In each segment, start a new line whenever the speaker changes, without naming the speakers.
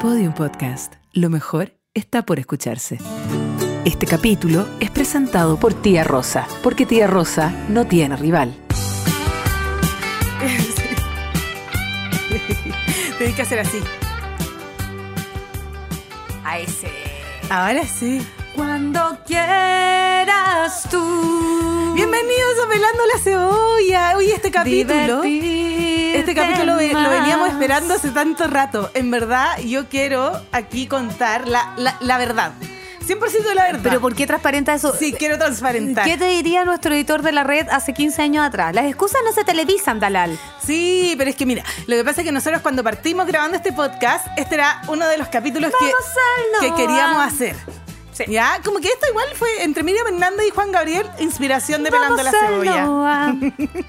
Podium Podcast. Lo mejor está por escucharse. Este capítulo es presentado por Tía Rosa, porque Tía Rosa no tiene rival.
Tenés que hacer así.
A ese.
Ahora sí.
Cuando quieras tú.
Bienvenidos a Pelando la Cebolla. Hoy este capítulo.
Divertirte
Este capítulo ve- lo
más.
veníamos esperando hace tanto rato. En verdad, yo quiero aquí contar la, la, la verdad. 100% de la verdad.
Pero ¿por qué transparenta eso?
Sí, quiero transparentar.
¿Qué te diría nuestro editor de la red hace 15 años atrás? Las excusas no se televisan, Dalal.
Sí, pero es que mira, lo que pasa es que nosotros cuando partimos grabando este podcast, este era uno de los capítulos que,
Vamos al
que
Noah.
queríamos hacer.
Sí.
Ya, como que esto igual fue entre Miriam Hernández y Juan Gabriel, inspiración de Pelando la
Vamos al
Cebolla.
Noah.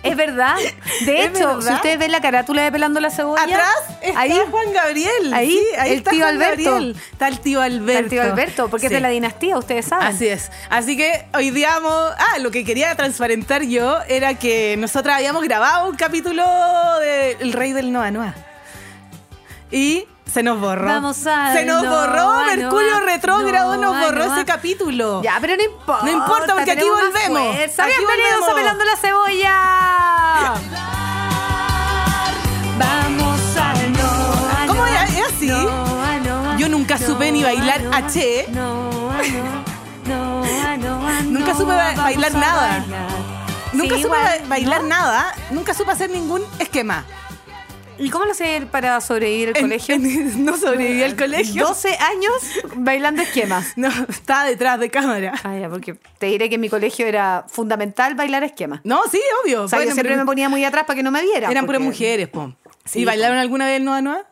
Es verdad. De
Es
hecho,
verdad.
si ustedes ven la carátula de Pelando la Cebolla,
Atrás está
ahí
Juan Gabriel.
ahí
sí,
el tío Alberto.
Está el tío Alberto.
está el tío Alberto, porque
Sí.
es de la dinastía, ustedes saben.
Así es. Así que hoy día vamos- Ah, lo que quería transparentar yo era que nosotras habíamos grabado un capítulo de El Rey del Noa Noa. Y se nos borró.
Vamos al
Se nos
Noa
borró. Mercurio
Noa,
retrógrado nos
Noa
borró
Noa.
ese capítulo.
Ya, pero no importa.
No importa, porque aquí
tenemos más
volvemos.
fuerza.
Aquí
Bienvenidos
volvemos.
a Pelando la Cebolla. Vamos a Noa.
¿Cómo
Noa,
era? ¿Era así?
Noa, Noa,
Yo nunca supe ni bailar
Noa,
H.
Noa, Noa, Noa, Noa,
Nunca
Noa,
supe ba-
vamos
bailar
a
nada.
bailar.
Nunca
Sí,
supe
igual,
ba- bailar
¿no?
nada. Nunca supe hacer ningún esquema.
¿Y cómo lo hacía él para sobrevivir al
En-
colegio?
en- no sobreviví al colegio.
12 años bailando esquemas.
No, estaba detrás de cámara.
Ah, ya, porque te diré que en mi colegio era fundamental bailar esquemas.
No, sí, obvio.
O sea,
Bueno,
yo siempre
pero
me ponía muy atrás para que no me vieran.
Eran
porque-
puras mujeres, po.
Sí,
¿Y
po.
bailaron alguna vez el Noa Noa?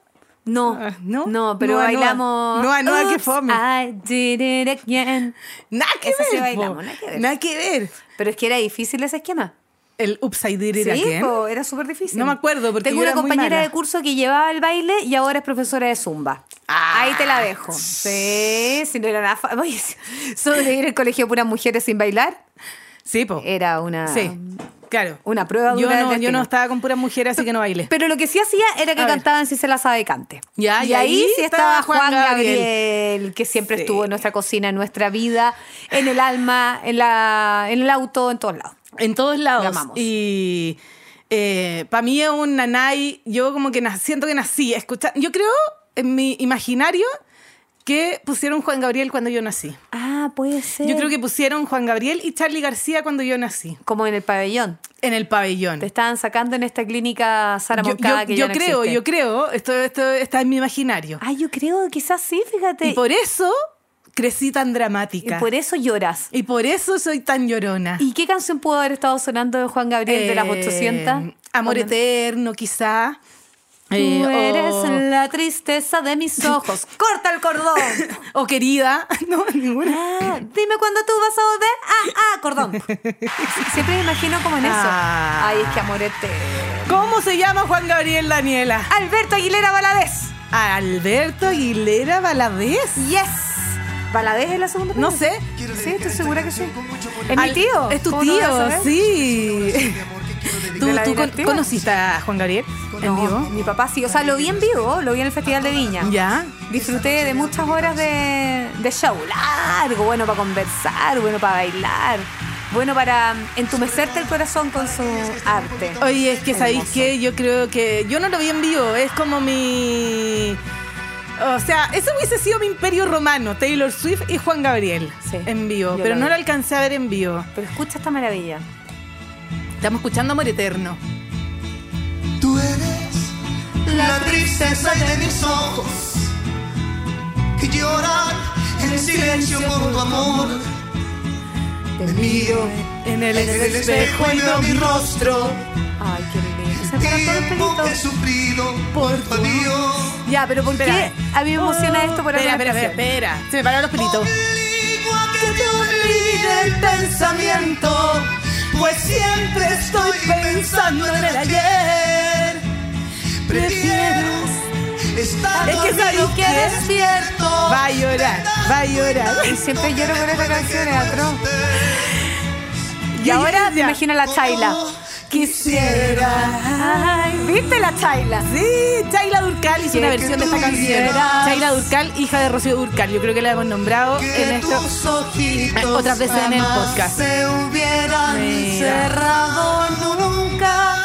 No,
Ah, ¿no?
no, pero
Noa, Noa.
bailamos.
Noa, Noa, qué
Oops,
fome.
I did it again.
Nada que
Esa
ver.
sí
po.
bailamos, nada que ver.
Nada que ver.
Pero es que era difícil ese esquema.
El Upside Down era
sí,
quién?
po, era súper difícil.
No me acuerdo, porque
Tengo
yo
una
era muy
compañera
mala.
de curso que llevaba el baile y ahora es profesora de zumba.
Ah.
Ahí te la dejo. Sí, si no era nada. fa- Oye, sobrevivir al colegio de puras mujeres sin bailar
Sí, po.
era una.
Sí, claro.
Eh, ah, Una prueba
yo
dura del
no, yo
destino.
no estaba con puras mujeres, así que no bailé.
Pero lo que sí hacía era que
A ver.
cantaban Si se la sabe cante.
Ya,
y, ahí,
y ahí
sí estaba
estaba Juan
Juan Gabriel, que siempre
Sí.
estuvo en nuestra cocina, en nuestra vida, en el alma, en, la, en el auto, en todos lados.
En todos lados.
Lo amamos.
Y para mí es un nanay. Yo como que na- siento que nací escuchando. Yo creo en mi imaginario que pusieron Juan Gabriel cuando yo nací.
Ah, puede ser.
Yo creo que pusieron Juan Gabriel y Charlie García cuando yo nací,
Como en el pabellón.
en el pabellón.
Te estaban sacando en esta clínica Sara
Yo,
Moncada
yo-
que
yo
ya no
creo,
existe.
yo creo, esto, esto está en mi imaginario.
Ah, yo creo, quizás sí, fíjate.
Y por eso crecí tan
Y
dramática.
por eso lloras.
Y por eso soy tan llorona.
¿Y qué canción pudo haber estado sonando de Juan Gabriel de las
Eh,
800?
Amor
Cuando-
eterno, quizá. Eh,
Tú eres
o-
la tristeza de mis ojos. ¡Corta el cordón!
O querida. No, ninguna.
Ah, dime cuándo tú vas a volver. Ah, ah, cordón. Siempre me imagino como en eso.
Ah.
Ay, es que amorete.
¿Cómo se llama Juan Gabriel Daniela?
Alberto Aguilera Baladés.
Alberto Aguilera Valadez.
Yes. ¿Baladés es la segunda
No
primera?
sé.
Sí, estoy segura que sí. Es mi
Al-
tío.
Es tu
¿Cómo no vas a
tío,
saber?
sí. ¿Tú,
¿De la
tú con-
directiva?
conociste a Juan Gabriel en
No,
vivo?
mi papá sí. O sea, lo vi en vivo, lo vi en el Festival de Viña.
¿Ya?
Disfruté de muchas horas de, de show largo, bueno para conversar, bueno para bailar, bueno para entumecerte el corazón con su arte.
Oye, es que sabéis
Hermoso.
que yo creo que yo no lo vi en vivo, es como mi... O sea, eso hubiese sido mi imperio romano, Taylor Swift y Juan Gabriel
Sí,
en vivo,
yo
pero
lo
no
vi.
lo alcancé a ver en vivo.
Pero escucha esta maravilla.
Estamos escuchando Amor Eterno.
Tú eres la tristeza de mis ojos que lloran en silencio por tu amor. Me miro
En el,
en el espejo y veo mi rostro.
Ay, qué lindo. Se paran todos los
Tiempo que he
pelitos.
sufrido por tu adiós.
Ya, pero ¿por
¿Qué? A mí me emociona esto por
espera,
alguna
espera, espera,
canción.
espera. Se me pararon los pelitos.
Obligo a que te olvide el pensamiento, pues siempre estoy pensando en el ayer. Prefiero estar
Es que ¿sabes
dormido
qué?
despierto.
Va a llorar, va a llorar.
Y siempre lloro con esta canción,
Que no
Atro.
estés
Y ahora me
Ya. "Oh,
imagino a la Chayla.
quisiera.
Ay, ¿Viste la Chayla?
Sí, Chayla Durcal hizo
Que
una versión de esta canción.
tuvieras-
Chayla Durcal, hija de Rocío Durcal. Yo creo que la hemos nombrado en
Que
esto.
tus ojitos
otras veces en el
jamás
podcast.
se hubieran
Mira.
cerrado nunca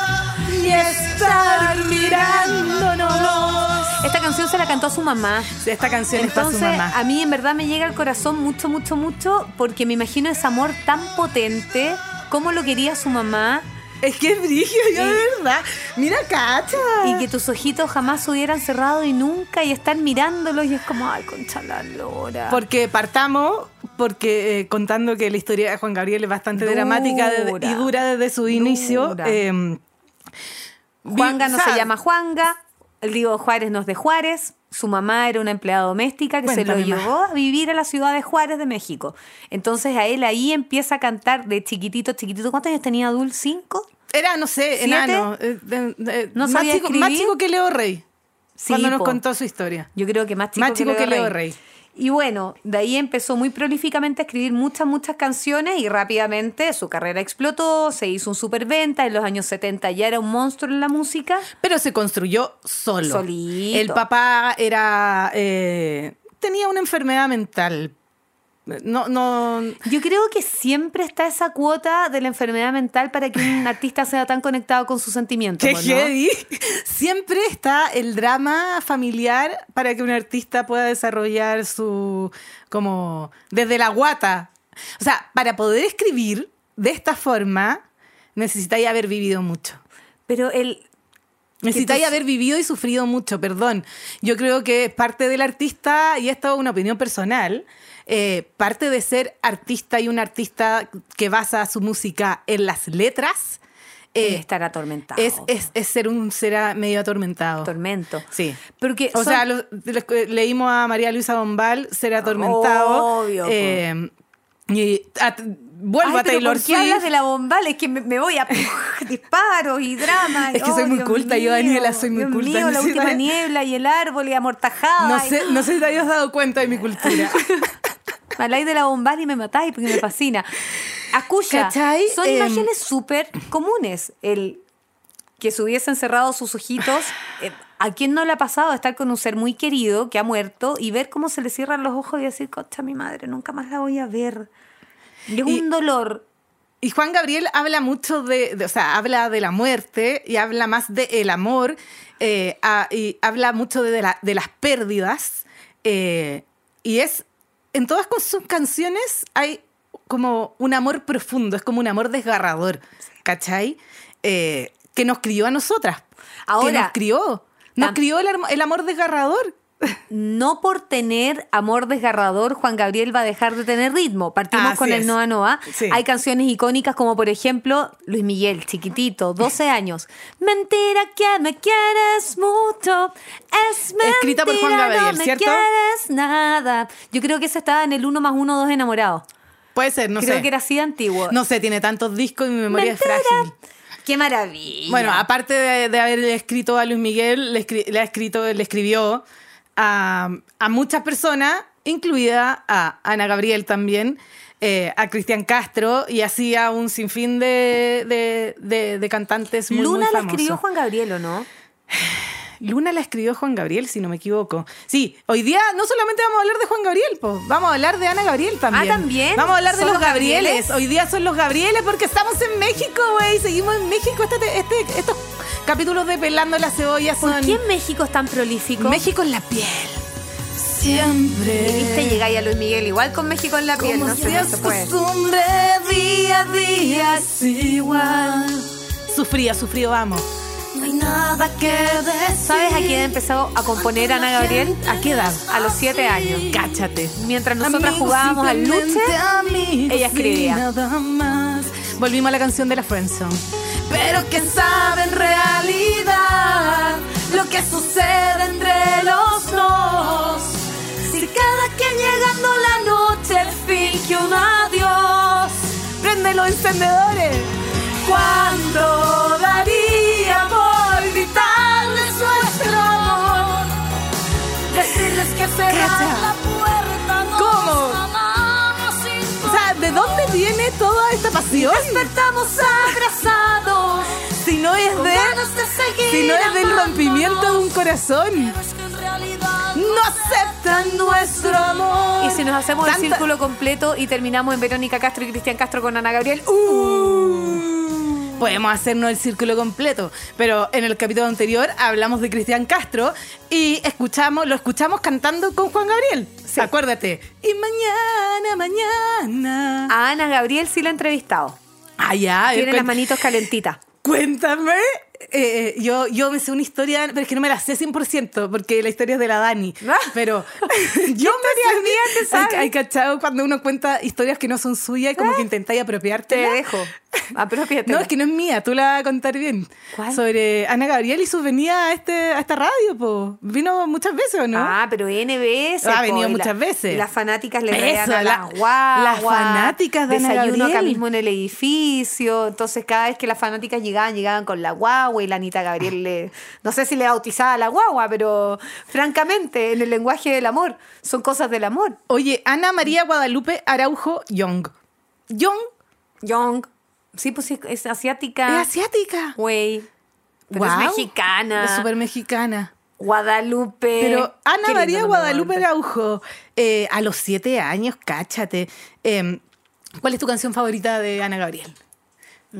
y estar mirándonos.
Esta canción se la cantó a su mamá.
Esta canción
Entonces,
es para su mamá.
a mí en verdad me llega al corazón mucho, mucho, mucho, porque me imagino ese amor tan potente, como lo quería su mamá,
Es que es brillo, yo de
Sí.
verdad. Mira, cacha.
y que tus ojitos jamás se hubieran cerrado y nunca, y estar mirándolos, y es como, ay, concha la lora.
Porque partamos, porque eh, contando que la historia de Juan Gabriel es bastante
Dura.
dramática de- y dura desde su inicio.
Dura.
eh,
Juanga
vi-
no
o sea,
se llama Juanga, el Diego Juárez no es de Juárez, su mamá era una empleada doméstica que
Cuéntame
se lo
más.
llevó a vivir a la ciudad de Juárez de México. Entonces a él ahí empieza a cantar de chiquitito, chiquitito. ¿Cuántos años tenía Dul? ¿Cinco?
Era, no sé,
¿Siete?
enano. eh, de- de-
¿No
más,
sabía
chico, más
escribir?
chico que Leo Rey.
Sí,
cuando nos
po.
contó su historia.
Yo creo que más chico,
Más chico que Leo Rey.
Y bueno, de ahí empezó muy prolíficamente a escribir muchas, muchas canciones y rápidamente su carrera explotó, se hizo un superventa, en los años 70 ya era un monstruo en la música.
Pero se construyó solo.
Solito.
El papá era. eh, tenía una enfermedad mental. No, no.
Yo creo que siempre está esa cuota de la enfermedad mental para que un artista sea tan conectado con sus sentimientos.
¡Qué
¿o no?
heavy! Siempre está el drama familiar para que un artista pueda desarrollar su. como. desde la guata. O sea, para poder escribir de esta forma, necesitáis haber vivido mucho.
Pero el
Necesitáis
tú-
haber vivido y sufrido mucho, perdón. Yo creo que es parte del artista, y esto es una opinión personal, eh, parte de ser artista y un artista que basa su música en las letras eh,
estar atormentado.
es, es- es ser un ser a- medio atormentado.
tormento.
Sí.
Porque
O
Eh, son-
sea, lo- lo- eh, leímos a María Luisa Bombal ser atormentado.
Obvio, po.
eh, y at-
Ay,
vuelvo a
pero
Taylor
¿por qué hablas
Swift.
de la bombal? Es que me, me voy a disparos y drama.
Es que soy muy culta, yo, Daniela, soy muy
Dios
culta,
mío,
no
la
sé,
última
Dani-
niebla y el árbol y amortajada.
No
y-
sé, no sé si te habías dado cuenta de mi cultura.
Me habláis de la bombal y me matáis porque me fascina. Escucha,
¿Cachai?
son
Em,
imágenes súper comunes. El que se hubiesen cerrado sus ojitos. eh, ¿A quién no le ha pasado estar con un ser muy querido que ha muerto y ver cómo se le cierran los ojos y decir, cocha, mi madre, nunca más la voy a ver? Y es
Y-
un dolor.
Y Juan Gabriel habla mucho de, de- o sea, habla de la muerte y habla más de el amor eh, a- y habla mucho de, la- de las pérdidas eh, y es, en todas con sus canciones hay como un amor profundo, es como un amor desgarrador, ¿cachai? Eh, que nos crió a nosotras, que
Ahora-
nos crió, nos
Tam-
crió el, armo- el amor desgarrador.
No por tener amor desgarrador, Juan Gabriel va a dejar de tener ritmo. Partimos
Así
con el
es.
Noa Noa.
Sí.
Hay canciones icónicas como, por ejemplo, Luis Miguel, chiquitito, 12 años. Mentira que me quieres mucho. Es mentira,
Escrita por Juan Gabriel,
no me
¿cierto?
quieres nada. Yo creo que esa estaba en el 1 más 1, 2 enamorados.
Puede ser, no
creo
sé.
que era así de antiguo.
No sé, tiene tantos discos y mi memoria
Mentira.
es frágil.
Qué maravilla.
Bueno, ah, aparte de, de haberle escrito a Luis Miguel, le, escri- le ha escrito, le escribió a, a muchas personas, incluida a Ana Gabriel también, eh, a Cristian Castro y así a un sinfín de, de- de- de cantantes muy,
Luna
muy
la
famosos.
escribió Juan Gabriel, ¿o no?
Luna la escribió Juan Gabriel, si no me equivoco. Sí, hoy día no solamente vamos a hablar de Juan Gabriel, po, vamos a hablar de Ana Gabriel también.
Ah, ¿también?
Vamos a hablar de
¿Son
los
los Gabrieles?
Gabrieles. Hoy día son los Gabrieles porque estamos en México, güey. Seguimos en México. Este- este- estos capítulos de Pelando la Cebolla son...
¿Por qué en México es tan prolífico?
México en la piel. Siempre.
Y viste, llegáis a Luis Miguel igual con México en la piel.
Como
No sé,
si
no
es
se puede.
costumbre, día a día es igual. Sufría, sufrió, vamos.
No hay nada que decir.
¿Sabes a quién empezó a componer Ana Gabriel?
¿A qué edad?
A los siete años.
Cáchate.
Mientras nosotras jugábamos al luche, ella escribía.
Volvimos a la canción de la Friendzone. Pero quién sabe en realidad lo que sucede entre los dos. Si cada quien llegando la noche finge un adiós. Prende los encendedores. Cuando daría por gritarles nuestro amor. Decirles que será ¿Cómo? O sea, ¿de dónde viene toda esta pasión? Despertamos abrazados. no es de,
ganas de seguir
si no es del
amándonos.
rompimiento de un corazón.
Pero es que en realidad
No aceptan nuestro amor.
Y si nos hacemos
Tanta-
el círculo completo y terminamos en Verónica Castro y Cristian Castro con Ana Gabriel, ¡uh!
Podemos hacernos el círculo completo, pero en el capítulo anterior hablamos de Cristian Castro y escuchamos, lo escuchamos cantando con Juan Gabriel. Acuérdate. Y mañana, mañana.
a Ana Gabriel sí la he entrevistado.
Ah, ya.
Tiene
cuen-
las manitos calentitas.
Cuéntame. Eh, eh, yo, yo me sé una historia, pero es que no me la sé 100% porque la historia es de la Dani.
Ah.
Pero yo me sé.
mías te sabes? Ah.
Hay, hay cachado cuando uno cuenta historias que no son suyas y como que intentáis apropiarte.
Te dejo. Apropiate.
No, es que no es mía, tú la vas a contar bien.
¿Cuál?
Sobre Ana Gabriel y su venida a, este, a esta radio, po. Vino muchas veces, ¿o no?
Ah, pero NBS.
Ha
po,
venido
y la-
muchas veces.
y las fanáticas le
Eso,
regalan a
la-
las guaguas,
las fanáticas de Ana
Desayuno acá
Gabriel.
mismo en el edificio. Entonces, cada vez que las fanáticas llegaban, llegaban con la guagua y la Anita Gabriel le. No sé si le bautizaba a la guagua, pero francamente, en el lenguaje del amor, son cosas del amor.
Oye, Ana María Guadalupe Araujo Young. Young
Young. Sí, pues sí, es asiática.
es asiática.
Güey. Ah. Pero es
Guau.
mexicana.
Es súper mexicana.
Guadalupe.
Pero
Eh, Qué
Ana
lindo
María
nombre,
Guadalupe Araujo, eh, a los siete años, cáchate. Eh, ¿Cuál es tu canción favorita de Ana Gabriel?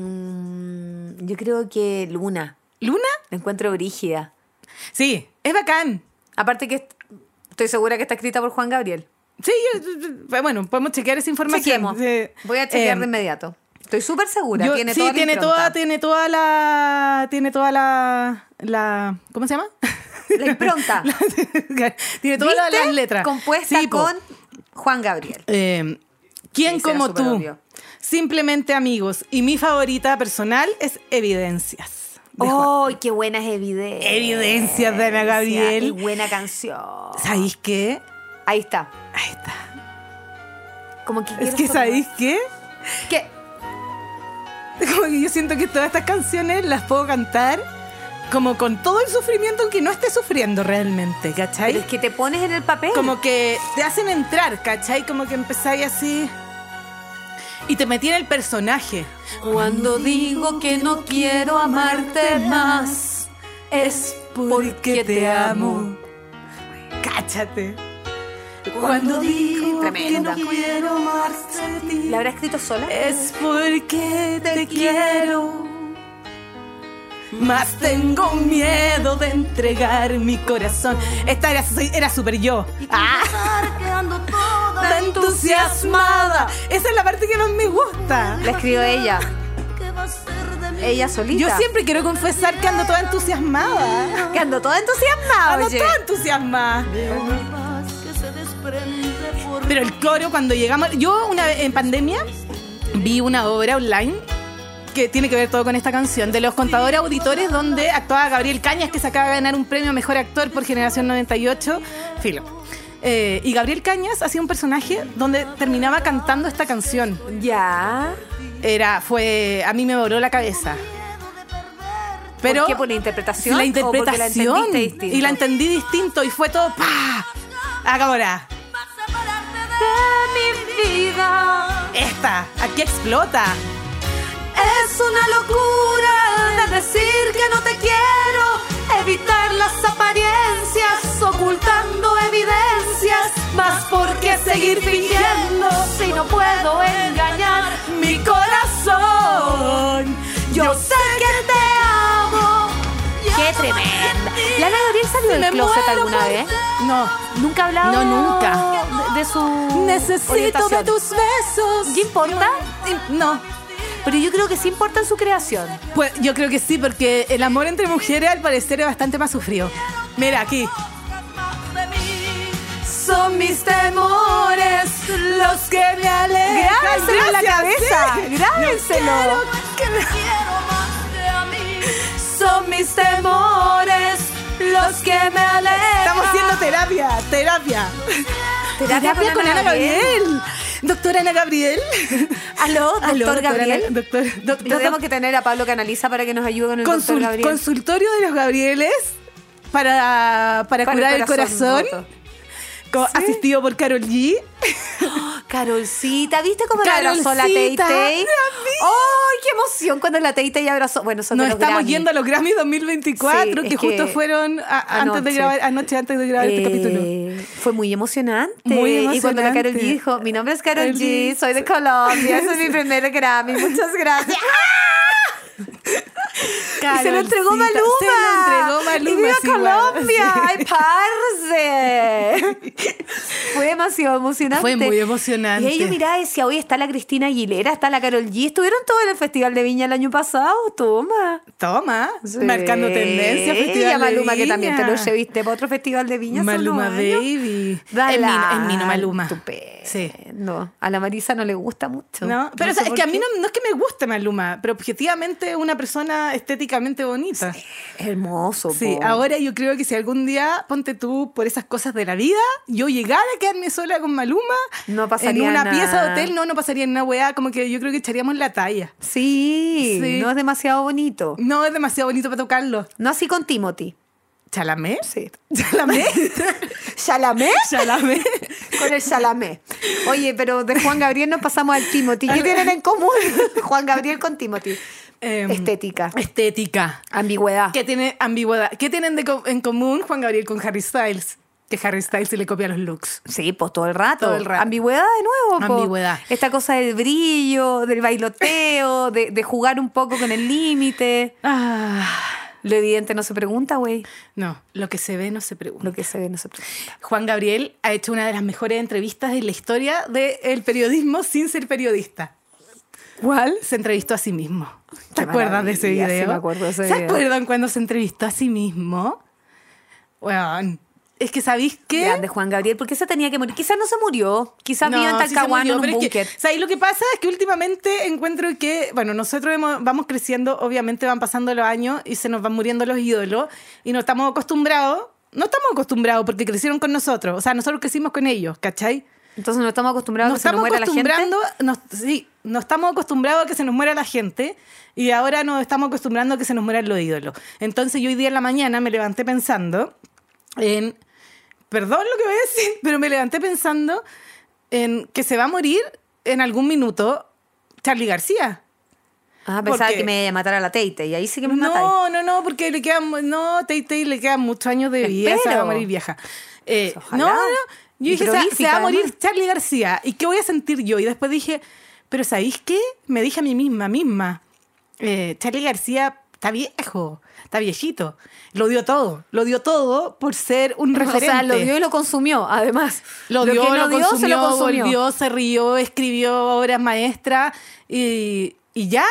Mm, yo creo que Luna.
¿Luna?
La encuentro brígida.
Sí, es bacán.
Aparte que est- estoy segura que está escrita por Juan Gabriel.
Sí, yo- yo- bueno, podemos chequear esa información.
Chequemos.
Sí.
Voy a chequear
Eh,
de inmediato. Estoy súper segura.
yo-
tiene
sí,
toda la
tiene
impronta.
toda, tiene toda la, tiene toda la, la- ¿cómo se llama?
La impronta.
tiene todas la-
¿Viste?
las letras.
Compuesta
Sí, po.
con Juan Gabriel.
Eh, ¿Quién
Sí, será
como
súper
tú?
obvio.
Simplemente amigos. Y mi favorita personal es Evidencias. de
¡Ay,
Juan.
qué buenas evidencias!
Evidencias de Ana Gabriel.
Y buena canción.
¿Sabéis qué?
Ahí está.
Ahí está.
Como que
Es
quiero
que
tomar.
¿sabéis qué?
¿Qué?
Como que yo siento que todas estas canciones las puedo cantar como con todo el sufrimiento, aunque no esté sufriendo realmente,
Pero
¿cachai?
es que te pones en el papel.
Como que te hacen entrar, ¿cachai? Como que empezáis así. Y te metí en el personaje.
Cuando digo que no quiero amarte más, es porque te amo.
Cáchate.
Cuando digo
Tremenda.
que no quiero amarte
a ti,
¿La habrá escrito sola?
Es porque te quiero. Más tengo miedo de entregar mi corazón. Esta era, era super yo.
y
Ah,
confesar que ando toda
entusiasmada. Esa es la parte que más me gusta.
La escribió ella.
¿Qué va a ser de mí?
Ella solita.
Yo siempre quiero confesar que ando toda entusiasmada.
Que ando toda entusiasmada,
Ando
oye.
toda entusiasmada.
Veo mi paz que se desprende por
Pero el coro cuando llegamos, yo una vez en pandemia vi una obra online que tiene que ver todo con esta canción de los contadores auditores donde actuaba Gabriel Cañas que se acaba de ganar un premio a mejor actor por Generación 98, filo. Eh, y Gabriel Cañas hacía un personaje donde terminaba cantando esta canción.
Ya.
Era fue a mí me voló la cabeza. Pero
¿Por qué? ¿Por la interpretación?
la
¿O porque la
interpretación
entendiste distinto?
y la entendí distinto y fue todo pa. Ahora
separarte de
De mi vida
esta aquí explota.
es una locura de decir que no te quiero, evitar las apariencias, ocultando evidencias, más por qué seguir fingiendo si no puedo engañar mi corazón. Yo sé que te amo. Qué tremenda. ¿La Ana Gabriel salió
Me
del closet
muero
alguna
por
vez?
No.
Nunca hablaba.
No, nunca.
De, de su.
Necesito de
orientación.
tus besos.
¿Qué importa?
No.
Pero yo creo que sí importa en su creación.
Pues yo creo que sí, porque el amor entre mujeres al parecer es bastante más sufrido. Mira aquí. Son mis temores los que me alejan.
Grábenselo en la
Gracias,
cabeza,
sí.
grábenselo.
No quiero que
quiero más de a mí.
me- Son mis temores los que me alejan. Estamos haciendo terapia, terapia. Terapia con Ana Gabriel. Doctora Ana Gabriel.
Aló, doctor
Aló, doctora
Gabriel.
Ana- Doctor, doctor-
Tenemos que tener a Pablo Canaliza para que nos ayude con el doctor
Consul-
Gabriel.
consultorio de los Gabrieles para, para,
Para
curar el corazón,
roto.
co- asistido por Carol G.
Carolcita, ¿viste cómo la abrazó la Tay
Carolcita,
Tay?
la
¡Ay, qué emoción cuando la Tay Tay abrazó! Bueno, son de
Nos
los
estamos
Grammy.
yendo a los Grammy 2024,
Sí,
que
es que
justo fueron a- antes de
anoche.
grabar, anoche antes de grabar este capítulo.
Eh, Fue muy emocionante.
Muy
Y cuando la Carol G
emocionante.
dijo, mi nombre es Carol
Carol
G,
G,
soy de Colombia, ese es mi primer Grammy, muchas gracias. y se lo entregó Maluma.
Carolcita, Se lo entregó Maluma.
Y viva
sí, bueno,
Colombia.
sí.
¡Ay, parce! Fue demasiado emocionante.
Fue muy emocionante.
Y ellos mirá, decía, hoy está la Cristina Aguilera, está la Carol G. Estuvieron todos en el Festival de Viña el año pasado, toma.
Toma, marcando
Sí.
tendencia. Festival
Y a
de
Maluma, que
Viña.
también te lo lleviste para otro Festival de Viña. hace
Maluma
unos años.
Baby.
Dale.
Es mino, es mino Maluma.
Estupendo.
Sí.
No, a la Marisa no le gusta mucho.
No, pero o sea,
sé
es
por
que a mí
qué.
no, no es que me guste Maluma, pero objetivamente es una persona estéticamente bonita.
Es hermoso.
Sí,
po.
ahora yo creo que si algún día, ponte tú por esas cosas de la vida, yo llegara a quedarme sola con Maluma
No pasaría
en una
nada.
pieza de hotel, no, no pasaría en una weá, como que yo creo que echaríamos la talla.
Sí,
Sí.
no es demasiado bonito.
No es demasiado bonito para tocarlo.
No así con Timothy.
¿Chalamé?
Sí.
¿Chalamé?
¿Chalamet?
¿Chalamé?
Con el Chalamet. Oye, pero de Juan Gabriel nos pasamos al Timothy. ¿Qué tienen en común Juan Gabriel con Timothy?
Em,
Estética.
Estética.
Ambigüedad.
¿Qué tiene ambigüedad? ¿Qué tienen de co- en común Juan Gabriel con Harry Styles? Que Harry Styles se le copia los looks.
Sí, pues todo el rato.
Todo el rato.
Ambigüedad de nuevo. po.
Ambigüedad.
Esta cosa del brillo, del bailoteo, de, de jugar un poco con el límite.
Ah,
Lo evidente no se pregunta, güey.
no, lo que se ve no se pregunta.
Lo que se ve no se pregunta.
Juan Gabriel ha hecho una de las mejores entrevistas de la historia del periodismo sin ser periodista. ¿Cuál? Se entrevistó a sí mismo. ¿Te
Qué
acuerdas de ese
maravilla,
video?
sí me acuerdo de ese
¿Se
video.
acuerdan cuando se entrevistó a sí mismo? Bueno, es que ¿sabéis qué?
Grande Juan Gabriel, porque se tenía que morir. Quizás no se murió. Quizás
No,
vive en
sí se
Talcahuano
murió,
en un
pero es que,
búnker.
¿sabes? Lo que pasa es que últimamente encuentro que, bueno, nosotros hemos- vamos creciendo, obviamente van pasando los años y se nos van muriendo los ídolos y no estamos acostumbrados, no estamos acostumbrados porque crecieron con nosotros, o sea, nosotros crecimos con ellos, ¿cachai?
Entonces no estamos acostumbrados
nos
a que se nos
estamos
muera la gente.
acostumbrando, nos- sí, nos estamos acostumbrados a que se nos muera la gente y ahora nos estamos acostumbrando a que se nos mueran los ídolos. Entonces yo hoy día en la mañana me levanté pensando en, perdón lo que voy a decir, pero me levanté pensando en que se va a morir en algún minuto Charlie García.
Ah, pensaba
Porque-
que me iba a matar a la Teite. Y ahí sí que me matáis.
No, no, no, porque le quedan, mu- no, Tay Tay le quedan muchos años de vida, se
Espero.
va a morir vieja. Eh,
Ojalá.
no, no,
Y
yo dije, se, va- se
prolífica,
va a morir
además.
Charlie García, ¿y qué voy a sentir yo? Y después dije, pero ¿sabéis qué? Me dije a mí misma, misma, eh, Charlie García está viejo, está viejito, lo dio todo, lo dio todo por ser un referente.
O sea, lo dio y lo consumió, además.
Lo
que
dio,
no
lo,
dio,
consumió,
se lo consumió.
volvió, se rió, escribió obras maestras y, y ya.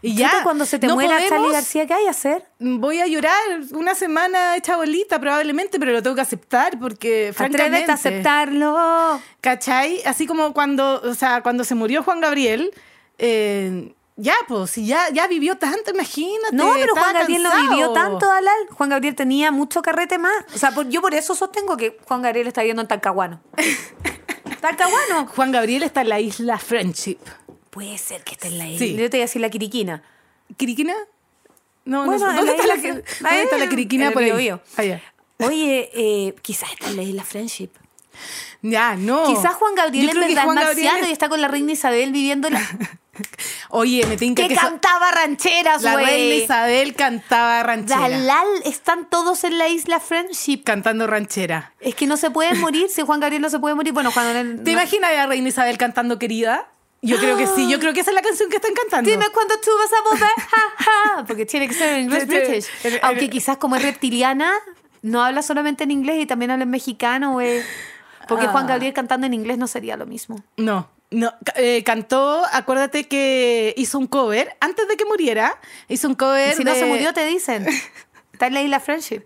Y ya.
Chuta, cuando se te
No
muera Charlie
podemos-
García, ¿qué hay que hacer?
voy a llorar una semana hecha bolita probablemente, pero lo tengo que aceptar porque francamente...
Atrévete a aceptarlo.
¿Cachai? Así como cuando, o sea, cuando se murió Juan Gabriel, eh, ya, pues, si ya, ya vivió tanto, imagínate.
No, pero
estaba
Juan Gabriel no
cansado.
vivió tanto, Dalal. Juan Gabriel tenía mucho carrete más. O sea, por- yo por eso sostengo que Juan Gabriel está viviendo en Talcahuano. ¿Talcahuano?
Juan Gabriel está en la isla Friendship.
Puede ser que esté en la isla.
Sí.
Yo te voy a decir la Quiriquina.
¿Quiriquina? No,
Bueno,
no sé. ¿Dónde
en la
está la,
isla-
que- dónde está la
en-
Quiriquina?
en el
por ahí? Ah,
Biobío.
Allá.
Oye, eh, quizás está en la isla Friendship.
Ya, no.
Quizás Juan Gabriel
Oh. Yo
en
creo que
verdad es
Juan Gabriel
marciano
es-
y está con la reina Isabel viviendo la...
Oye, me tinca
que,
que, esa-
cantaba rancheras,
la reina
güey.
Isabel cantaba ranchera.
Dalal, están todos en la isla Friendship.
cantando ranchera.
Es que no se pueden morir. Si Juan Gabriel no se puede morir, bueno, Juan Gabriel...
¿Te
no-
imaginas a la reina Isabel cantando querida? Yo creo que sí, yo creo que esa es la canción que están cantando.
Dime cuándo tú vas a volver, ja, ja. porque tiene que ser en inglés
Sí, sí.
British.
El- el-
Aunque quizás como es reptiliana, no habla solamente en inglés y también habla en mexicano, güey. Porque Juan Gabriel cantando en inglés no sería lo mismo.
No, no. ca- eh, cantó, acuérdate que hizo un cover, antes de que muriera, hizo un
Y
cover
si
de,
no se murió, te dicen. Está en la isla Friendship.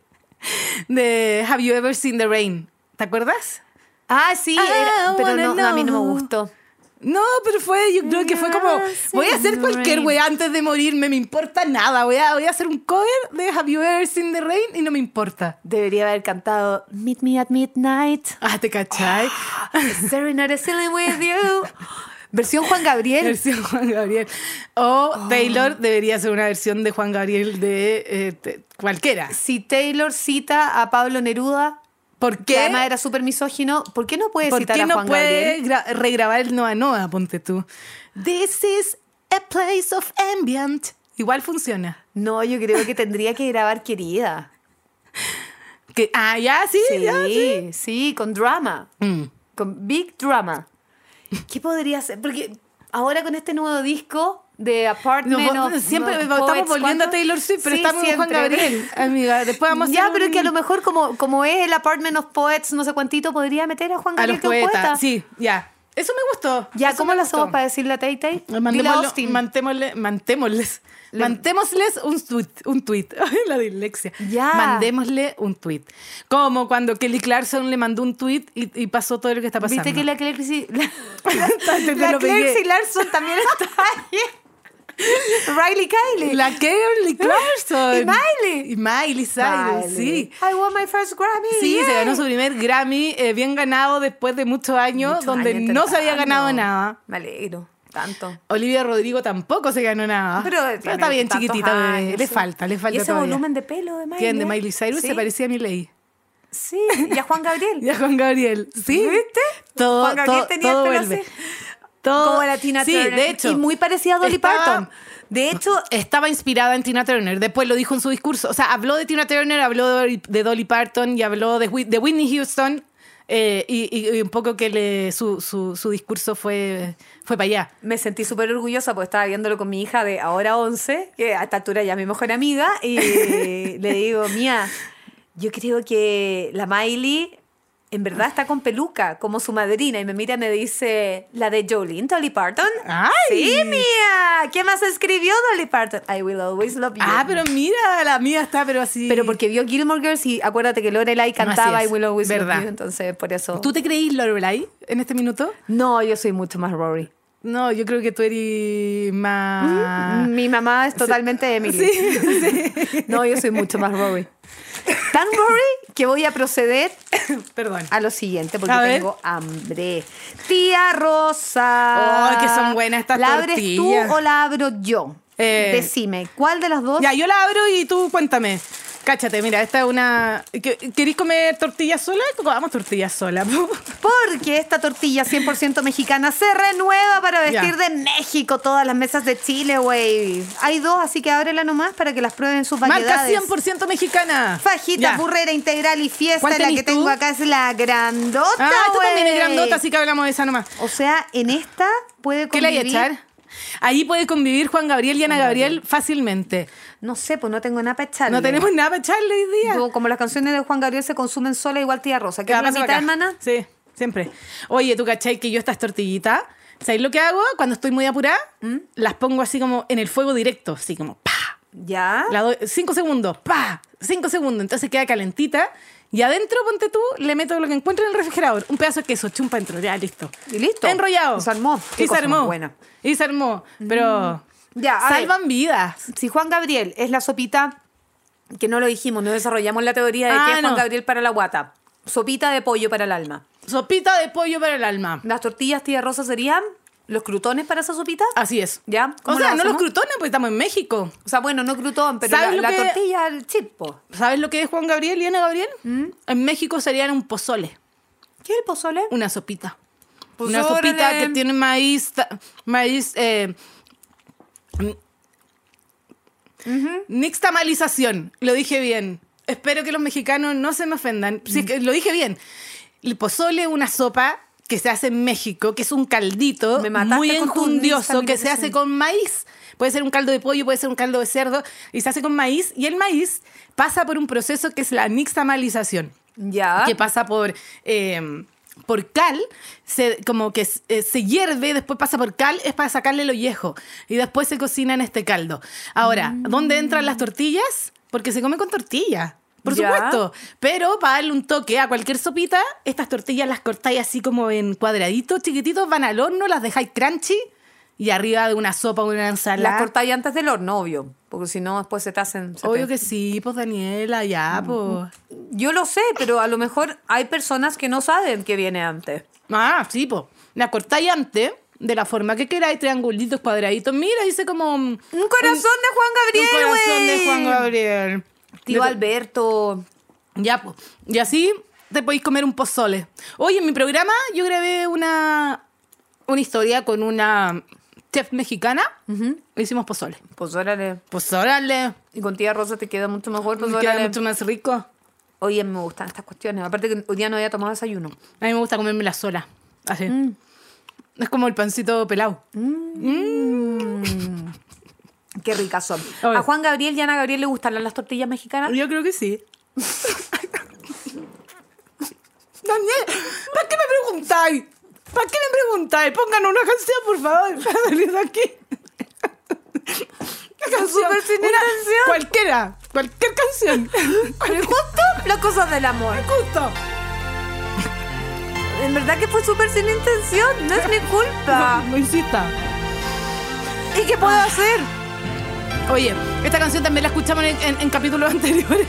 de Have You Ever Seen the Rain. ¿Te acuerdas?
Ah, sí,
I
era- pero
wanna
no, no, a mí no me
know.
gustó.
No, pero fue, yo creo que fue como, voy a hacer cualquier wea antes de morirme, me importa nada, voy a, voy a hacer un cover de Have You Ever Seen the Rain y no me importa.
Debería haber cantado Meet Me at Midnight,
Ah, ¿te cachai?
Serenade Ceiling with You. Versión Juan Gabriel.
Versión Juan Gabriel. O
Oh.
Taylor debería ser una versión de Juan Gabriel de, eh, te- cualquiera.
Si Taylor cita a Pablo Neruda,
¿Por
que
qué?
además era súper misógino, ¿por qué no puede
¿Por
citar
qué
a
no
Juan
puede
Gabriel?
gra- regrabar el Noa Noa, ponte tú? This is a place of ambient. Igual funciona.
No, yo creo que tendría que grabar Querida.
Que, ah, ya, sí,
Sí,
ya, sí. Mm.
sí, con drama. Con big drama. ¿Qué podría ser? Porque ahora con este nuevo disco de Apartment
No,
of-
siempre
no,
estamos
Poets,
volviendo a
¿cuánto?
Taylor Swift, pero
Sí,
estamos en Juan
siempre.
Gabriel, amiga. Después vamos a
Ya,
hacer
pero
un-
que a lo mejor como, como es el Apartment of Poets, no sé cuántito, podría meter a Juan
a
Gabriel
los
que es un
poetas.
poeta.
Sí, ya. Eso me gustó.
Ya,
eso
¿cómo
me
lo
gustó.
hacemos para decirle a Tay Tay? Dile a
Mandémoslo-
Austin.
mantémosle- mantémosles. Mantémosles un tweet. Un tweet. Ay, La dislexia.
Ya.
Mandémosle un tweet. Como cuando Kelly Clarkson le mandó un tweet y, y pasó todo lo que está pasando.
Viste que la Clexi. La,
Te- te
la
lo pegué.
Clexi Larson también está ahí. Riley Kylie.
La Kelly Clarkson.
Y Miley.
Y Miley Cyrus, sí.
I won my first Grammy.
Sí, se
yay.
ganó su primer Grammy, eh, bien ganado después de muchos años,
Muchos
donde
años
no se había
intentando.
ganado nada.
Me alegro, tanto.
Olivia Rodrigo tampoco se ganó nada.
Pero, tiene
Ah, está bien
tantos
chiquitita, bebé.
años,
le
sí.
falta, le falta
Y ese
todavía.
volumen de pelo de Miley.
¿Quién? De
¿eh?
Miley Cyrus
sí,
se parecía a Miley.
Sí, y a Juan Gabriel.
Y a Juan Gabriel. ¿Sí?
¿Viste?
Todo,
Juan Gabriel
todo-
tenía el
todo
pelo
vuelve.
así.
Todo-
Como la Tina
sí,
Turner.
de hecho.
Y muy parecida a Dolly
estaba-
Parton. De hecho,
Estaba inspirada en Tina Turner. Después lo dijo en su discurso. O sea, habló de Tina Turner, habló de, de Dolly Parton y habló de, Whit- de Whitney Houston. eh, y, y- y un poco que le- su, su- su discurso fue, fue para allá.
me sentí súper orgullosa porque estaba viéndolo con mi hija de ahora 11, que a esta altura ya es mi mejor amiga, y le digo, mía, yo creo que la Miley en verdad está con peluca, como su madrina, y me mira y me dice, ¿la de Jolene, Dolly Parton?
¡Ay!
Sí, mía, ¿qué más escribió Dolly Parton? I will always love you.
Ah, pero mira, la mía está, pero así.
Pero porque vio Gilmore Girls y acuérdate que Lorelai cantaba
Así es,
I Will Always
verdad.
Love You, entonces por eso...
¿Tú te creís Lorelai en este minuto?
No, yo soy mucho más Rory.
No, yo creo que tú eres más.
Mi mamá es totalmente Emily. No, yo soy mucho más Rory. Tan Rory que voy a proceder
Perdón.
a lo siguiente porque
A ver.
tengo hambre. Tía Rosa.
Ay, que son buenas estas
¿La abres
tortillas.
tú o la abro yo?
Eh.
Decime, ¿cuál de las dos?
Ya, yo la abro y tú cuéntame. Cáchate, mira, esta es una. ¿Qué- ¿Querís comer tortilla sola? Comamos tortilla sola. po.
Porque esta tortilla 100% mexicana se renueva para
Ya.
vestir de México todas las mesas de Chile, güey. Hay dos, así que ábrela nomás para que las prueben sus
Marca
variedades.
100% mexicana.
Fajita,
Ya.
burrera, integral y fiesta.
¿Cuál
La
tenés
que
tú?
tengo acá es la grandota.
Ah, esta también es
güey.
grandota, así que hablamos de esa nomás.
O sea, en esta puede
¿Qué le hay
convivir.
a echar? Ahí puede convivir Juan Gabriel y Ana Gabriel fácilmente.
No sé, pues no tengo nada para echarle.
No tenemos nada para echarle hoy día.
Yo, como las canciones de Juan Gabriel se consumen sola, igual tía Rosa. ¿Qué es
Ya,
la
paso
mitad,
acá.
hermana?
Sí, siempre. Oye, ¿tú cachai que yo estas tortillitas, ¿sabes lo que hago? Cuando estoy muy apurada,
¿Mm?
las pongo así como en el fuego directo, así como pa.
Ya.
La doy cinco segundos, pa, cinco segundos. Entonces queda calentita. Y adentro, ponte tú, le meto lo que encuentro en el refrigerador. Un pedazo de queso, chumpa adentro, ya, listo.
Y listo.
Enrollado.
Se armó. Qué
Y se
cosa más
armó.
buena.
Y se armó. Pero
Ya, a ver.
salvan vidas.
Si Juan Gabriel es la sopita, que no lo dijimos, no desarrollamos la teoría de
Ah,
que es Juan
no.
Gabriel para la guata. Sopita de pollo para el alma.
Sopita de pollo para el alma.
Las tortillas tía Rosa serían los crutones para esa sopita.
Así es.
¿Ya?
O
¿Cómo lo
sea, no los
hacemos?
crutones, porque estamos en México.
Ah. O sea, bueno, no crutón, pero la,
¿Sabes lo
la
que-
tortilla, el chipo.
¿Sabes lo que es Juan Gabriel y Ana Gabriel?
Mm.
En México serían un pozole,
¿Qué es el pozole?
una sopita.
Pozole.
Una sopita que tiene maíz, ta- maíz, eh, nixtamalización. Lo dije bien. Espero que los mexicanos no se me ofendan. Si es que lo dije bien. El pozole es una sopa que se hace en México, que es un caldito
Me mataste
muy
con tu
encundioso que se
nixtamalización.
hace con maíz. Puede ser un caldo de pollo, puede ser un caldo de cerdo, y se hace con maíz. Y el maíz pasa por un proceso que es la nixtamalización
Ya.
que pasa por, eh, por cal, se, como que s- eh, se hierve, después pasa por cal, es para sacarle el ollejo. Y después se cocina en este caldo. Ahora,
Mm.
¿dónde entran las tortillas? Porque se come con tortilla. Por
Ya.
supuesto, pero para darle un toque a cualquier sopita, estas tortillas las cortáis así como en cuadraditos chiquititos, van al horno, las dejáis crunchy y arriba de una sopa o una ensalada.
Las cortáis antes del horno, obvio. Porque si no, después se te hacen. se
Obvio
te-
que sí, pues Daniela, ya,
Mm,
pues.
Yo lo sé, pero a lo mejor hay personas que no saben que viene antes.
Ah, sí, po. La cortáis antes, de la forma que queráis, triangulitos, cuadraditos. Mira, dice como. Un
Un corazón de Juan Gabriel,
Un corazón de
güey.
Juan Gabriel.
Tío Alberto.
Ya, po. Y así te podéis comer un pozole. Hoy en mi programa yo grabé una, una historia con una chef mexicana. Hicimos pozole.
Pues órale.
Pues órale,
Y con tía Rosa te queda mucho mejor. Pues
me queda
órale.
mucho más rico. A
Oye, me gustan estas cuestiones. Aparte que hoy día no había tomado desayuno.
mí me gusta comérmela sola. Así.
Mm.
Es como el pancito pelado.
Qué ricas son.
Oye.
A Juan Gabriel y Ana Gabriel le gustan las tortillas mexicanas.
Yo creo que sí. Daniel, ¿para qué me preguntáis? ¿Para qué me preguntáis? Pónganos una canción, por favor, para salir de aquí. Una canción.
Súper sin
una-
intención.
Cualquiera, cualquier canción.
Pero justo las cosas del amor.
Justo.
En verdad que fue súper sin intención. No es mi culpa.
No insista.
¿Y qué puedo hacer?
Oye, esta canción también la escuchamos en, en- en capítulos anteriores.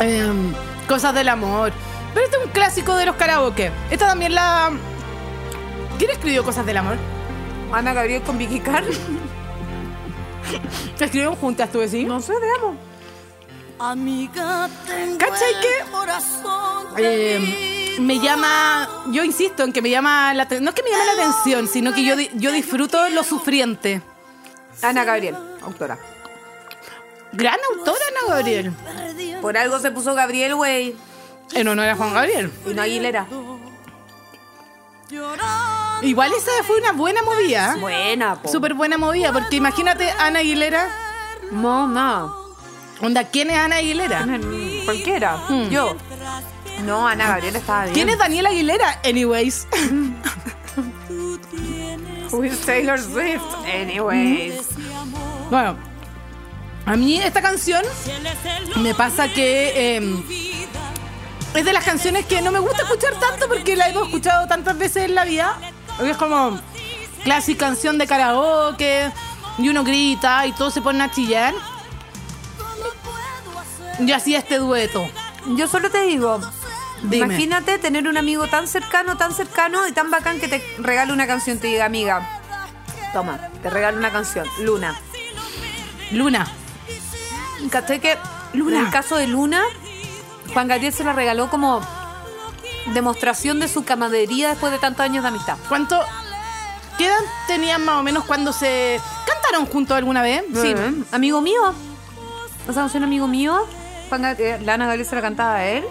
Em, cosas del amor. Pero este es un clásico de los karaoke. Esta también la. ¿Quién escribió Cosas del amor?
Ana Gabriel con Vicky Carr.
¿La escribieron juntas, tú decís?
No sé, veamos.
Amiga, tengo
¿Cachai
el
que?
corazón
Eh, me llama. Yo insisto en que me llama la atención. No es que me llame la atención, sino que yo, di- yo disfruto lo sufriente.
Ana Gabriel, autora.
Gran autora, Ana Gabriel.
Por algo se puso Gabriel, güey.
En honor a Juan Gabriel.
Y no Aguilera.
llorando.
Igual esa fue una buena movida.
Ah.
¿eh?
Buena, po.
Súper buena movida, porque imagínate Ana Aguilera.
Mamá.
Onda, ¿quién es Ana Aguilera?
Cualquiera. Yo. No, Ana Gabriel estaba bien.
¿Quién es Daniel Aguilera? Anyways.
Will Taylor Swift? Anyways.
Bueno, a mí esta canción me pasa que eh, es de las canciones que no me gusta escuchar tanto porque la hemos escuchado tantas veces en la vida. Es como clásica canción de karaoke y uno grita y todos se ponen a chillar. Y así este dueto.
Yo solo te digo.
Dime.
Imagínate tener un amigo tan cercano, tan cercano y tan bacán que te regale una canción, te diga, amiga, toma, te regalo una canción, Luna.
Luna.
¿Cachai que
Luna.
en el caso de Luna, Juan Gabriel se la regaló como demostración de su camaradería después de tantos años de amistad?
¿Cuánto? ¿Qué edad tenían más o menos cuando se cantaron juntos alguna vez?
Sí, amigo mío. O sea, un amigo mío. Juan Gab- eh, Lana Gabriel se la cantaba a él.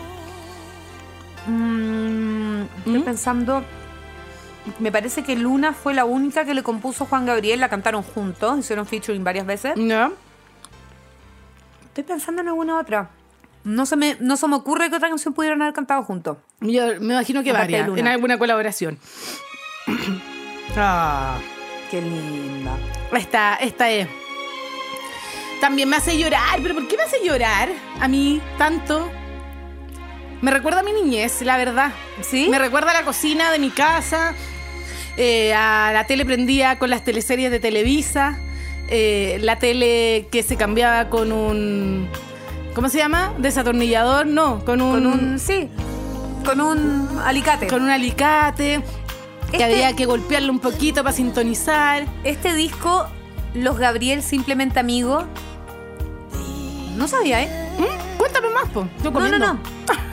Mm, estoy pensando. Me parece que Luna fue la única que le compuso Juan Gabriel. La cantaron juntos. Hicieron featuring varias veces.
¿No?
Estoy pensando en alguna otra. No se me, no se me ocurre que otra canción pudieran haber cantado juntos.
Yo me imagino que
Aparte de
varias,
Luna.
en alguna colaboración. Ah,
Qué linda.
esta, esta es. También me hace llorar, pero ¿por qué me hace llorar a mí tanto? Me recuerda a mi niñez, la verdad.
¿Sí?
Me recuerda a la cocina de mi casa, eh, a la tele prendida con las teleseries de Televisa, eh, la tele que se cambiaba con un... ¿Cómo se llama? Desatornillador, no, con un...
Con un. Sí. Con un alicate.
con un alicate, que
Este-
había que golpearle un poquito para sintonizar.
Este disco, Los Gabriel Simplemente Amigos. No sabía, ¿eh?
Mm, Cuéntame más, po. Yo comiendo.
No, no, no.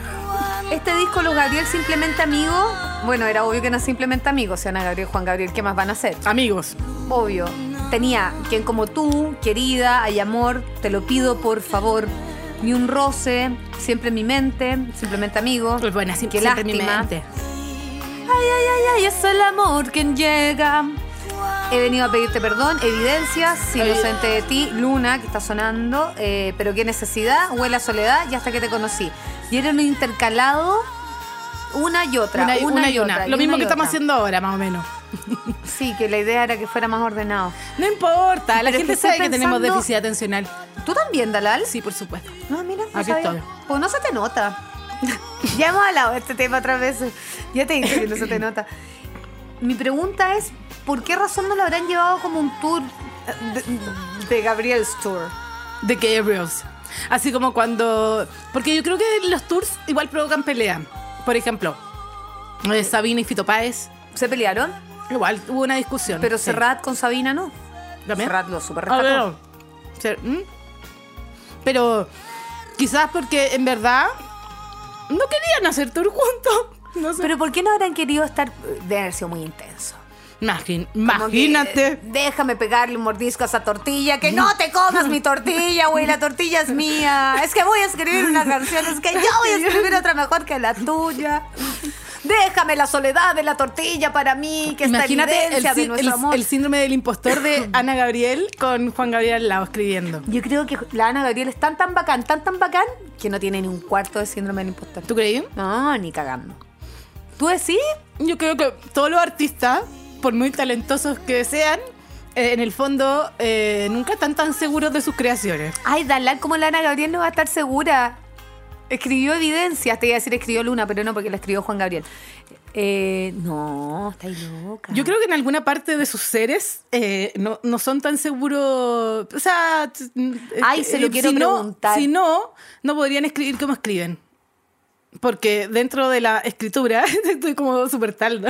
Este disco, Los Gabriel Simplemente Amigos. Bueno, era obvio que no simplemente amigos, si Ana Gabriel, Juan Gabriel, ¿qué más van a hacer?
Amigos.
Obvio. Tenía quien como tú, querida, hay amor, te lo pido por favor. Ni un roce, siempre en mi mente, simplemente amigo.
Pues buena, sim-
Qué
siempre en mi
lástima.
mente.
Ay, ay, ay, ay, es el amor quien llega. He venido a pedirte perdón, evidencias, inocente de ti, luna que está sonando, eh, pero qué necesidad, huele a soledad y hasta que te conocí. Y era un intercalado una y otra,
Una,
una,
y- una
y otra. y
Lo mismo
una y
que estamos
otra.
haciendo ahora, más o menos.
Sí, que la idea era que fuera más ordenado.
No importa,
Pero
la
es
gente
que
sabe
estoy
que tenemos
pensando-
déficit atencional.
¿Tú también, Dalal?
Sí, por supuesto.
No, Ah, mira, no
Aquí
sabía.
estoy.
Pues no se te nota. ya hemos hablado de este tema otras veces. Ya te dije que no se te nota. Mi pregunta es, ¿por qué razón no lo habrán llevado como un tour eh, de, de Gabriel's Tour?
De Gabriels. Así como cuando. Porque yo creo que los tours igual provocan pelea. Por ejemplo, eh, Sabina y Fito Páez.
Se pelearon,
Igual hubo una discusión.
pero
Sí.
Serrat con Sabina no.
¿También?
Serrat lo super
Ah,
rescató.
bueno. Ser- ¿Mm? Pero quizás porque en verdad no querían hacer tour juntos. No sé.
Pero ¿por qué no habrán querido estar de haber sido muy intenso?
Imagin-
Como que,
imagínate.
eh, déjame pegarle un mordisco a esa tortilla. Que no te comas mi tortilla, güey. La tortilla es mía. Es que voy a escribir una canción. Es que yo voy a escribir otra mejor que la tuya. Déjame la soledad de la tortilla para mí, que es la
Imagínate el,
evidencia de
sí-
nuestro
el-
amor.
el síndrome del impostor de Ana Gabriel con Juan Gabriel al lado escribiendo.
Yo creo que la Ana Gabriel es tan tan bacán, tan tan bacán, que no tiene ni un cuarto de síndrome del impostor.
¿Tú creí?
No, ni cagando. ¿Tú decís?
Yo creo que todos los artistas, por muy talentosos que sean, eh, en el fondo eh, nunca están tan seguros de sus creaciones.
Ay, Dalal, como la Ana Gabriel no va a estar segura. Escribió evidencias, te iba a decir escribió Luna, pero no, porque la escribió Juan Gabriel. Eh, no, estáis loca.
Yo creo que en alguna parte de sus seres eh, no, no son tan seguros. O sea. t- eh,
Ay, se lo
eh,
quiero
si no-
preguntar.
si no, no podrían escribir como escriben. Porque dentro de la escritura, estoy como súper taldo.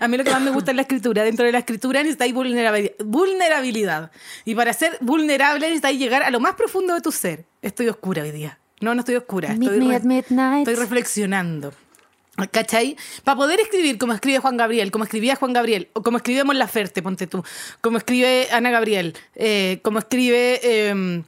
A mí lo que más me gusta es la escritura. Dentro de la escritura necesitáis vulnerabili- vulnerabilidad. Y para ser vulnerable necesitáis llegar a lo más profundo de tu ser. Estoy oscura hoy día. No, no estoy oscura. Estoy,
Meet me
re-
at midnight.
estoy reflexionando. ¿Cachai? Para poder escribir como escribe Juan Gabriel, como escribía Juan Gabriel, o como escribe Mon Laferte, ponte tú, como escribe Ana Gabriel, eh, como escribe... em,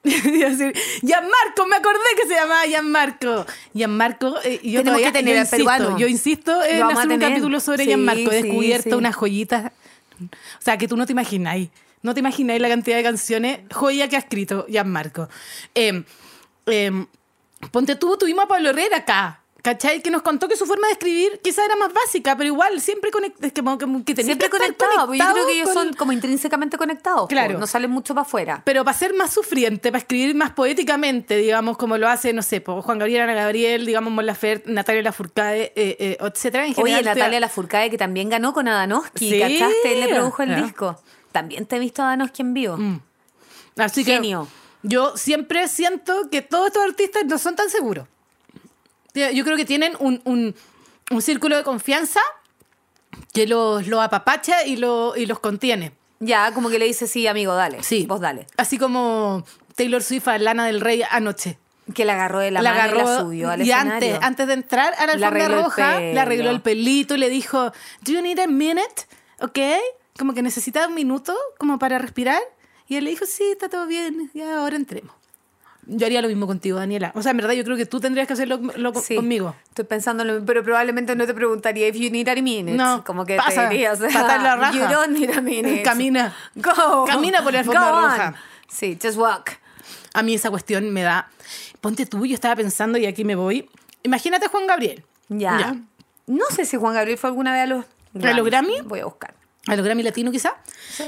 iba a decir, Gianmarco, me acordé que se llamaba Gianmarco. Gianmarco, eh, y yo
Tenemos
todavía-
que tener
yo
al
insisto,
peruano.
Yo insisto en
Lo vamos a
hacer un
tener.
capítulo sobre
Sí,
Gianmarco. He
sí,
descubierto
sí.
unas joyitas, o sea, que tú no te imagináis. No te imagináis la cantidad de canciones joya que ha escrito Gianmarco. Em, em, Ponte tú, tuvimos a Pablo Herrera acá. ¿Cachai? Que nos contó que su forma de escribir quizá era más básica, pero igual siempre conect- es que como- como que tenés
Siempre
que estar
conectado. pues Yo creo que ellos
con-
son como intrínsecamente conectados. pues,
Claro.
No salen mucho para afuera.
Pero para ser más sufriente, para escribir más poéticamente, digamos, como lo hace, no sé, po, Juan Gabriel, Ana Gabriel, digamos, Mon Laferte, Natalia Lafourcade, eh, eh, etcétera. En general,
Oye,
te da-
Natalia Lafourcade, que también ganó con Adanoski,
Sí.
¿cachaste? Él le produjo el
Ah.
disco. También te he visto a Adanoski en vivo.
Mm. Así que
Genio.
yo siempre siento que todos estos artistas no son tan seguros. Tie- Yo creo que tienen un, un- un círculo de confianza que los, los apapacha y, lo- y los contiene.
Ya, como que le dice, sí, amigo, dale.
Sí.
Vos dale.
Así como Taylor Swift a Lana del Rey anoche.
Que la agarró de la, mano y la subió al
y
escenario.
antes, antes de entrar a la
Le
alfombra
arregló el
roja, le arregló
pelo.
el pelito y le dijo, ¿Do you need a minute? ¿Ok? Como que necesitaba un minuto como para respirar. Y él le dijo, sí, está todo bien, ya ahora entremos. Yo haría lo mismo contigo, Daniela. O sea, en verdad yo creo que tú tendrías que hacerlo lo-
Sí.
conmigo.
Estoy pensando, en lo mismo, pero probablemente no te preguntaría if you need a minute.
No,
como que
pasa,
te dirías, "Ah,
patar la raja.
you don't need a minute.
Camina.
Go.
Camina por la alfombra
Go on.
roja.
Sí, just walk.
A mí esa cuestión me da... Ponte tú, yo estaba pensando y aquí me voy. Imagínate a Juan Gabriel.
Ya. No sé si Juan Gabriel fue alguna vez a los
¿A los Grammy?
Voy a buscar.
a lo Grammy Latino quizá.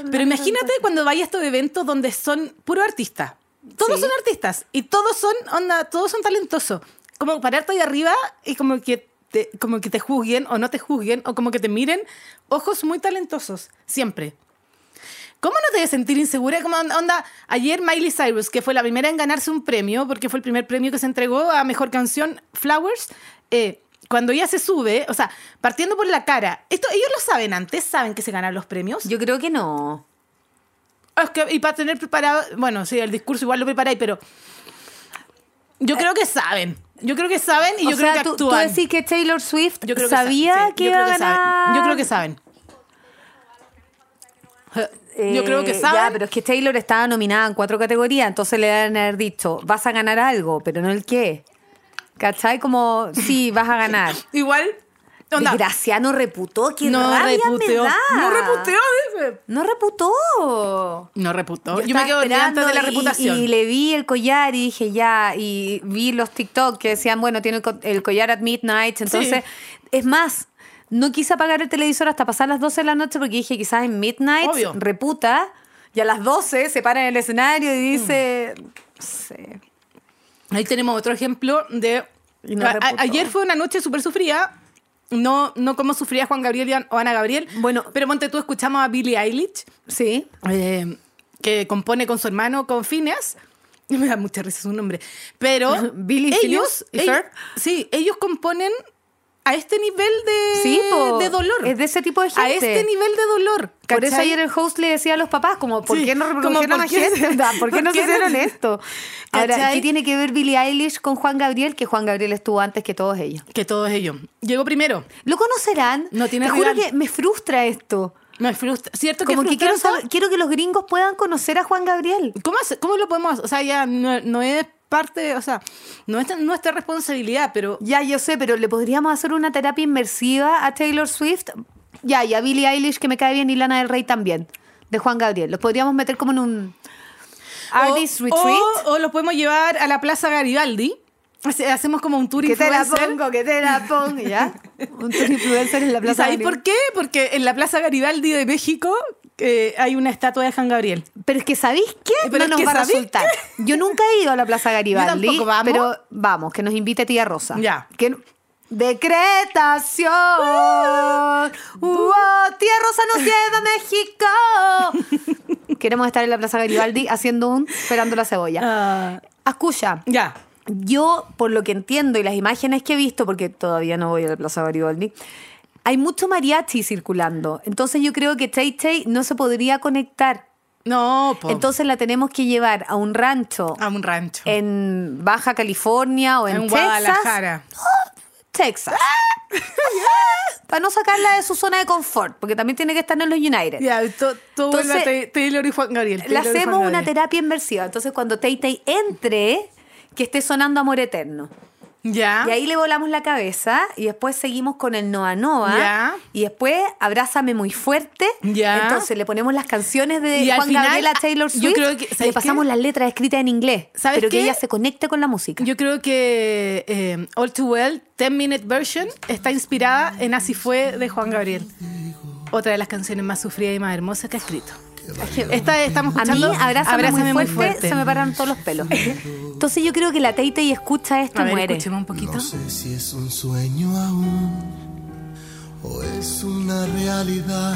Pero imagínate cuando vaya a estos eventos donde son puro artistas. Todos
Sí.
son artistas y todos son onda, todos son talentosos. Como pararte ahí arriba y como que te, como que te juzguen o no te juzguen o como que te miren ojos muy talentosos siempre. ¿Cómo no te debes sentir insegura? Como on- onda, ayer Miley Cyrus, que fue la primera en ganarse un premio, porque fue el primer premio que se entregó a Mejor Canción Flowers, eh, cuando ella se sube, o sea, partiendo por la cara, esto ellos lo saben antes, saben que se ganan los premios.
Yo creo que no.
Ah, Es que, y para tener preparado, bueno, sí, el discurso igual lo preparáis, pero yo creo que saben. Yo creo que saben y
O
yo
sea,
creo que
tú, tú
actúan.
decís que Taylor Swift
yo creo que sa-
sabía
sí,
que
yo
iba
creo
a
que saben.
ganar.
Yo creo que saben. Yo creo que
Eh,
saben.
Ya, pero es que Taylor estaba nominada en cuatro categorías, entonces le deben haber dicho, vas a ganar algo, pero no el qué. ¿Cachai? Como, sí, vas a ganar.
Igual, onda,
Graciano reputó, que
no
rabia
reputeó.
me da.
No reputeó, dice.
No reputó.
No reputó. Yo, me
estaba
quedo antes de
esperando
la
y-
reputación.
Y, le vi el collar y dije ya, y vi los TikTok que decían, bueno, tiene el, co- el collar at midnight, entonces, es más, no quise apagar el televisor hasta pasar las 12 de la noche porque dije, quizás en midnight
Obvio.
reputa, y a las 12 se para en el escenario y
Mm.
dice, no sé,
Ahí tenemos otro ejemplo de...
Y no
A- a-
reputó.
ayer fue una noche súper sufrida. No, no como sufría Juan Gabriel y An- o Ana Gabriel.
Bueno.
Pero monte tú escuchamos a Billie Eilish,
sí,
eh, que compone con su hermano, con Phineas. Me da mucha risa su nombre. Pero
Billie,
ellos...
Phineas y
ell-
Ferb.
sí, ellos componen a este nivel de,
Sí, po,
de dolor.
es de ese tipo de
A
gente.
este nivel de dolor.
Por eso
¿cachai?
ayer el host le decía a los papás, como, ¿por
Sí,
qué no
como,
reprodujeron
¿por
a
qué?
gente? ¿Por, qué no
¿Por
se
qué no?
hicieron esto? Ahora,
¿Cachai?
¿qué tiene que ver Billie Eilish con Juan Gabriel? Que Juan Gabriel estuvo antes que todos ellos.
Que todos ellos. Llegó primero.
¿Lo conocerán?
No tiene
Te juro
rival.
que me frustra esto.
Me frustra. ¿Cierto que
Como que quiero,
frustrante?
saber- quiero que los gringos puedan conocer a Juan Gabriel.
¿Cómo, hace- ¿Cómo lo podemos hacer? O sea, ya no, no es parte, o sea, no es nuestra responsabilidad, pero
Ya, yo sé, pero le podríamos hacer una terapia inmersiva a Taylor Swift. Ya, y a Billie Eilish, que me cae bien, y Lana del Rey también, de Juan Gabriel. Los podríamos meter como en un artist
o,
retreat.
O, o los podemos llevar a la Plaza Garibaldi. Hace- Hacemos como un tour
que te la
influencer.
pongo, que te la pongo, ¿ya? Un tour influencer en la
¿Y
plaza.
sabéis
Gabriel.
por qué? Porque en la Plaza Garibaldi de México eh, hay una estatua de San Gabriel.
Pero es que ¿sabéis qué?
Pero
no
es
nos
que
va a
¿sabéis
resultar. Yo nunca he ido a la Plaza Garibaldi,
tampoco, ¿vamos?
pero vamos, que nos invite tía Rosa.
Ya.
Que no- Decretación.
Uh.
Uah, Uh. tía Rosa nos lleva a México. Queremos estar en la Plaza Garibaldi haciendo un esperando la cebolla.
Ah,
Escucha,
ya.
yo, por lo que entiendo y las imágenes que he visto, porque todavía no voy a la Plaza Garibaldi, hay mucho mariachi circulando. Entonces yo creo que Tay Tay no se podría conectar.
No, po.
Entonces la tenemos que llevar a un rancho
a un rancho.
en Baja California o en,
en
Texas.
Guadalajara.
Texas.
Ah.
Para no sacarla de su zona de confort, porque también tiene que estar en los United.
Ya, todo
Entonces,
Taylor y Juan Gabriel.
Le
Taylor y Juan
hacemos una
Gabriel.
terapia inversiva. Entonces cuando Tay Tay entre, que esté sonando Amor Eterno.
Ya.
Y ahí le volamos la cabeza y después seguimos con el Noa Noa.
Ya.
Y después Abrázame muy fuerte.
Ya.
Entonces le ponemos las canciones de
Y al
Juan
final, ah,
Gabriel a Taylor
yo
Swift.
creo que-
le
¿sabes
pasamos
qué?
las letras escritas en inglés.
¿Sabes
pero que
qué?
ella se conecte con la música.
Yo creo que eh, All Too Well, 10 Minute Version, está inspirada en Así Fue de Juan Gabriel. Otra de las canciones más sufridas y más hermosas que ha escrito. Esta estamos
a mí,
escuchando.
abrázame,
Abrázame
muy, fuerte, se me paran todos los pelos. Entonces yo creo que la Tay Tay escucha esto
A
y
ver,
muere.
escuchemos un poquito.
No sé si es un sueño aún o es una realidad.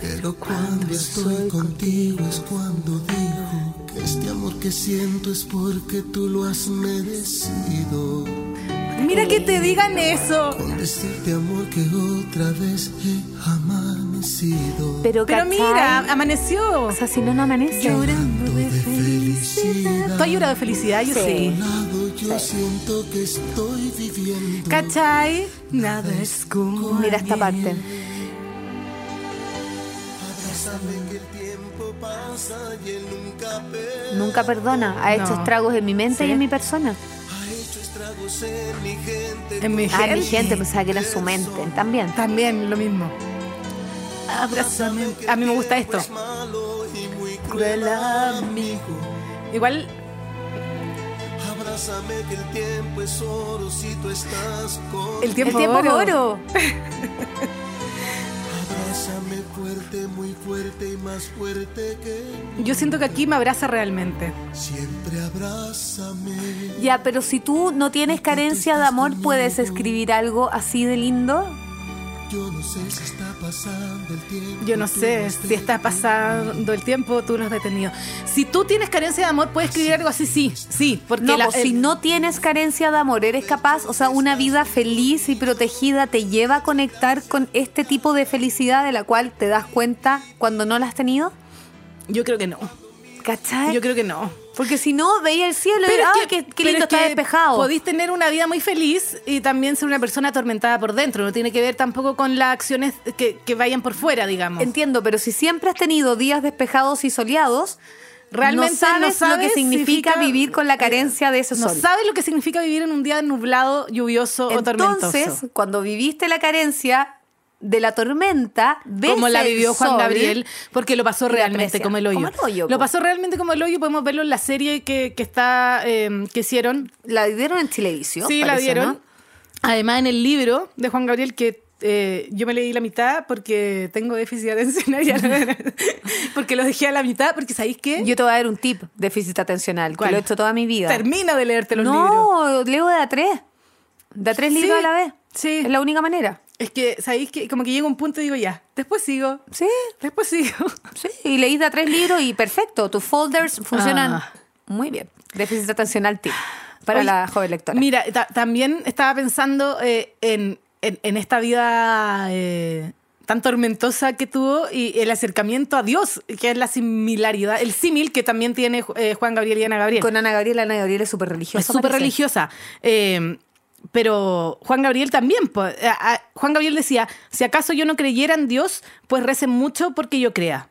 Pero cuando estoy contigo es cuando digo que este amor que siento es porque tú lo has merecido.
Mira que te digan eso.
Con decirte amor que otra vez he amanecido.
Pero,
Pero
¿cachai?
mira, amaneció.
O sea, si no, no amanece.
Llorando de felicidad.
Tú has llorado de felicidad, yo
Sí.
sí.
Lado yo siento que estoy viviendo.
¿Cachai? Nada es como.
Mira esta parte.
Abrázame que el tiempo pasa y él nunca pe-
Nunca perdona. Ha hecho
No.
estragos en mi mente y en mi persona.
ha hecho estragos en mi gente.
En mi
Ah,
gente. pues,
mi gente pensaba que era en su mente también.
También lo mismo. Abrázame. A mí me gusta esto.
Es malo y muy
Cruel
cruel amigo.
Igual
Abrázame que el tiempo es oro si tú estás con.
el tiempo,
el tiempo
oro.
es oro.
Abrázame fuerte, muy fuerte y más fuerte que
Yo siento que aquí me abraza realmente.
siempre abrázame.
Ya, pero si tú no tienes carencia de amor, ¿puedes escribir algo así de lindo?
Yo no sé si está pasando el tiempo.
Yo no
tú
sé
has
si está pasando el tiempo, tú lo has detenido. Si tú tienes carencia de amor, puedes escribir algo así, sí, sí. Porque
No,
la-
pues, si
el-
no tienes carencia de amor, eres capaz, o sea, una vida feliz y protegida te lleva a conectar con este tipo de felicidad de la cual te das cuenta cuando no la has tenido.
yo creo que no.
¿Cachai?
Yo creo que no.
Porque si no, veía el cielo y
Pero
era,
es
"Ay, qué, qué
pero
lindo
es
está
que
despejado.
Podís tener una vida muy feliz y también ser una persona atormentada por dentro. No tiene que ver tampoco con las acciones que, que vayan por fuera, digamos.
Entiendo, pero si siempre has tenido días despejados y soleados,
Realmente
no sabes,
no
lo que
sabes,
significa,
significa-
vivir con la carencia de ese
no
sol.
sabes lo que significa vivir en un día nublado, lluvioso o tormentoso.
Entonces, cuando viviste la carencia de la tormenta, ves
Como la
el
vivió Juan
sol.
Gabriel, porque lo pasó
y lo
realmente
aprecia.
como el hoyo.
Como el hoyo,
lo
po.
pasó realmente como el hoyo. Podemos verlo en la serie que, que está eh, que hicieron.
La dieron en televisión.
sí, la
parece,
dieron.
¿no?
Además, en el libro de Juan Gabriel que eh, yo me leí la mitad porque tengo déficit de atención. Ya no- porque lo dejé a la mitad porque sabéis que
Yo te voy a dar un tip: déficit atencional,
¿Cuál?
que lo he hecho toda mi vida.
termina de leerte los libros.
no, leo de a tres. De a tres
Sí,
libros a la vez.
sí.
Es la única manera.
Es que sabéis que como que llega un punto y digo ya, después sigo,
Sí,
después sigo.
sí. Y leís de a tres libros y perfecto. Tus folders funcionan
Ah.
muy bien. Déficit atencional tip. para
Oye,
la joven lectora.
Mira, ta- también estaba pensando eh, en, en- en esta vida eh, tan tormentosa que tuvo y el acercamiento a Dios, que es la similaridad, el símil que también tiene eh, Juan Gabriel y Ana Gabriel.
Con Ana Gabriela, Ana Gabriela es súper religiosa.
Es súper
parece.
religiosa. Eh, pero Juan Gabriel también. po. Eh, a- Juan Gabriel decía, si acaso yo no creyera en Dios, pues recen mucho porque yo crea.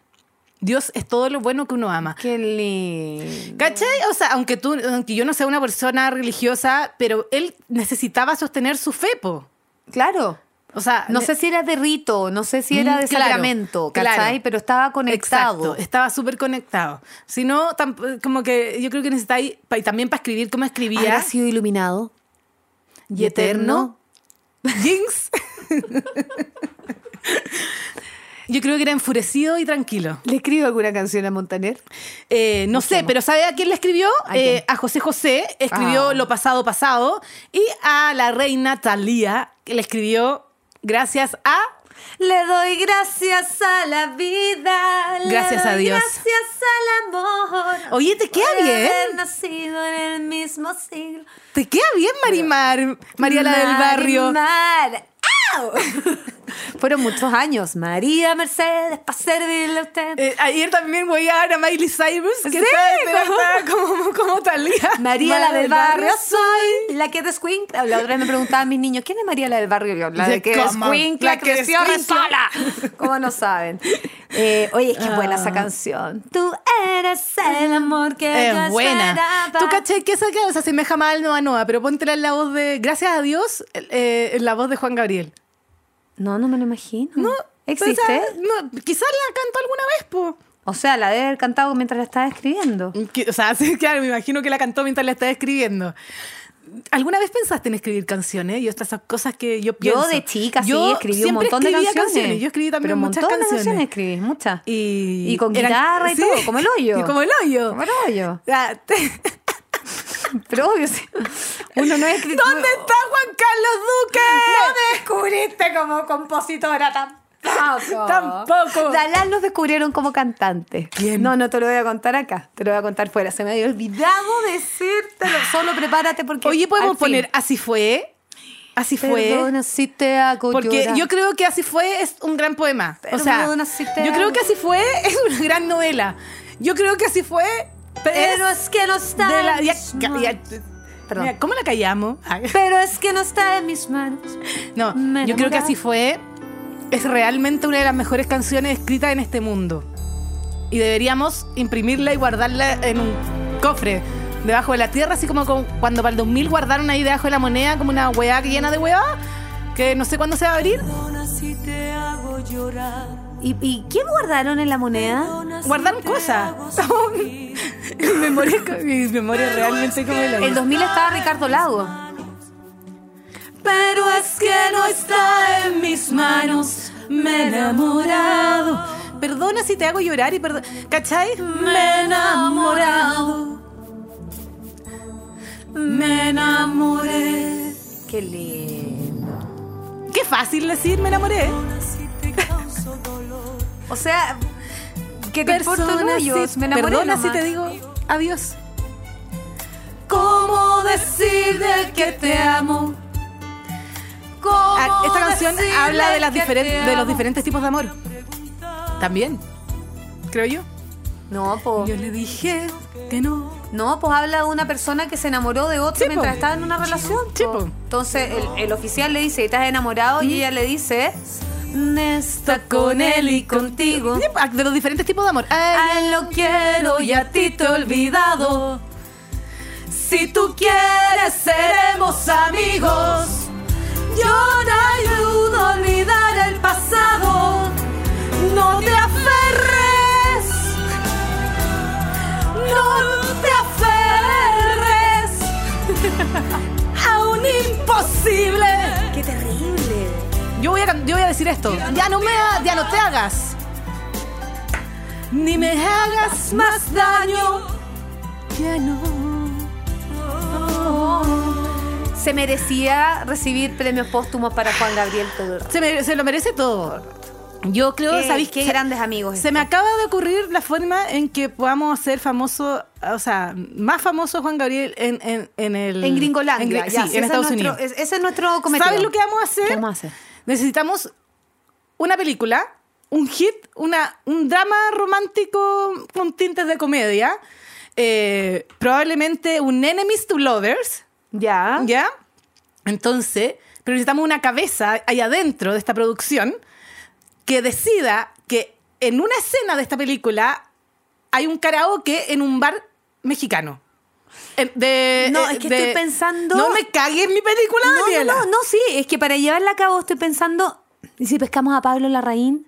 Dios es todo lo bueno que uno ama.
Qué lindo.
¿Cachai? O sea, aunque, tú, aunque yo no sea una persona religiosa, pero él necesitaba sostener su fe, po.
Claro.
O sea,
No
ne-
sé si era de rito, no sé si era
Mm,
de
claro,
sacramento,
claro.
¿cachai? Pero estaba
Exacto,
conectado.
estaba súper conectado. Si no, tam- como que yo creo que necesitáis, pa- y también para escribir como escribía,
¿Habrá sido iluminado?
y eterno, Jinx. Yo creo que era enfurecido y tranquilo.
¿Le escribo alguna canción a Montaner?
Eh, no sé, pero ¿sabe a quién le escribió?
¿A quién?
Eh, a José José, escribió
Ah.
Lo pasado pasado. Y a la reina Talía, que le escribió Gracias a...
Le doy gracias a la vida. le
Gracias a
doy
Dios.
Gracias al amor.
Oye, te queda
por Haber
bien.
nacido en el mismo siglo.
Te queda bien, Marimar. Mariana del Barrio.
Marimar.
Fueron muchos años, María.
María Mercedes, para servirle a usted.
Eh, ayer también voy a ver a Miley Cyrus, que estaba, estaba como, como Talía.
María
María
la del barrio
soy.
La que descuincla. La otra vez me preguntaban mis niños, ¿quién es María la del barrio? Yo, la
De
de que
cama,
descuincla,
la que
creció re
descuincla.
sola. ¿Cómo no saben? Eh, oye, es que es buena esa canción.
Tú eres el amor que yo
Ah. Es buena.
esperaba.
¿Tú caché que esa que se asemeja más al Noa Noa? Pero póntela en la voz de, gracias a Dios, eh, en la voz de Juan Gabriel.
No, no me lo imagino.
No,
¿Existe?
o sea, no, quizás la cantó alguna vez, po.
O sea, la debe haber cantado mientras la estaba escribiendo.
Que- O sea, sí, claro, me imagino que la cantó mientras la estaba escribiendo. ¿Alguna vez pensaste en escribir canciones? Yo estas son cosas que yo pienso.
Yo de chica sí
Yo
escribí un
siempre
montón de
escribía
canciones.
Yo escribí también
Pero un
muchas
montón de
canciones.
escribí, muchas.
Y,
Y con
eran-
guitarra y
sí,
todo, como el hoyo.
Y como el hoyo.
Como el hoyo.
Ah, te-
Pero obvio, sí. uno no es escritor.
¿Dónde está Juan Carlos Duque?
descubriste como compositora tampoco.
Tampoco.
Dalal nos descubrieron como cantante.
¿Quién?
No, no te lo voy a contar acá, te lo voy a contar fuera. Se me había olvidado decírtelo. Solo prepárate porque.
Oye, podemos
al fin.
poner así fue. Así fue.
Perdona si te hago
Porque
llorar.
yo creo que así fue es un gran poema. O sea,
Perdona si te
yo creo
hago-
que así fue es una gran novela. Yo creo que así fue. es
Pero es que no está.
de la-
en
ya-
mis
ya-
manos.
ya-
Perdón.
mira, ¿Cómo la callamos? Ay.
Pero es que no está en mis manos.
No,
Me
yo creo que
enamoré.
así fue. Es realmente una de las mejores canciones escritas en este mundo. Y deberíamos imprimirla y guardarla en un cofre debajo de la tierra, así como con- cuando para el 2000 guardaron ahí debajo de la moneda como una hueá llena de hueá, que no sé cuándo se va a abrir.
Perdona si te hago llorar.
¿Y, ¿Y qué guardaron en la moneda?
Perdona si
Guardaron
te
cosas.
hago
Mi memoria, mi memoria realmente como el
En
hoyo.
2000 estaba Ricardo Lago.
Pero es que no está en mis manos. Me he enamorado,
Perdona si te hago llorar y perdón. ¿Cachai?
me he enamorado. Me enamoré.
Qué lindo.
Qué fácil decir, me enamoré.
O sea, que te importa un
Perdona
hoyo.
si,
me enamoré
perdona
nomás.
si te digo adiós.
¿Cómo decir de que te amo? ¿Cómo
Ah, Esta canción
decirle
habla de, las
que
diferen-
te
de los
amo?
diferentes tipos de amor. También, creo yo.
No, po.
Yo le dije que no.
No, pues habla de una persona que se enamoró de otro
Sí, po.
mientras estaba en una relación.
Sí, pues. ¿Mm?
po.
po.
Entonces el, el oficial le dice, ¿estás enamorado? Y ella le dice,
Está con él y contigo.
Sí, ah, De los diferentes tipos de amor. Ah, Ay,
A él lo quiero y a ti te he olvidado. Si tú quieres, seremos amigos. Yo te ayudo a olvidar el pasado. No te aferres. No te aferres a un imposible.
¡qué terrible!
yo, voy a, can- yo voy a decir esto. Ya no me ha- ya no te hagas. Ni me hagas
Más daño.
Se merecía recibir premios póstumos para Juan Gabriel todo el rato.
Se, mere- se lo merece todo. Yo creo,
Qué-
¿sabéis
qué
se-
grandes amigos
Se me acaba de ocurrir la forma en que podamos ser famosos o sea, más famoso Juan Gabriel en, en, en el...
En Gringolandia.
Gri-
ya,
sí,
si
Mm. en
ese
Estados
es nuestro-
Unidos.
es- ese es nuestro cometido.
¿Sabes lo que vamos a hacer?
¿Qué vamos a hacer?
Necesitamos una película, un hit, una, un drama romántico con tintes de comedia, eh, probablemente un Enemies to Lovers,
Ya.
¿ya? Entonces, pero necesitamos una cabeza ahí adentro de esta producción que decida que en una escena de esta película hay un karaoke en un bar mexicano. En- de-
No,
eh,
es que
de-
estoy pensando-
No me cagues mi película,
No,
Daniela.
no, no, no, sí, es que para llevarla a cabo estoy pensando, ¿y si pescamos a Pablo Larraín?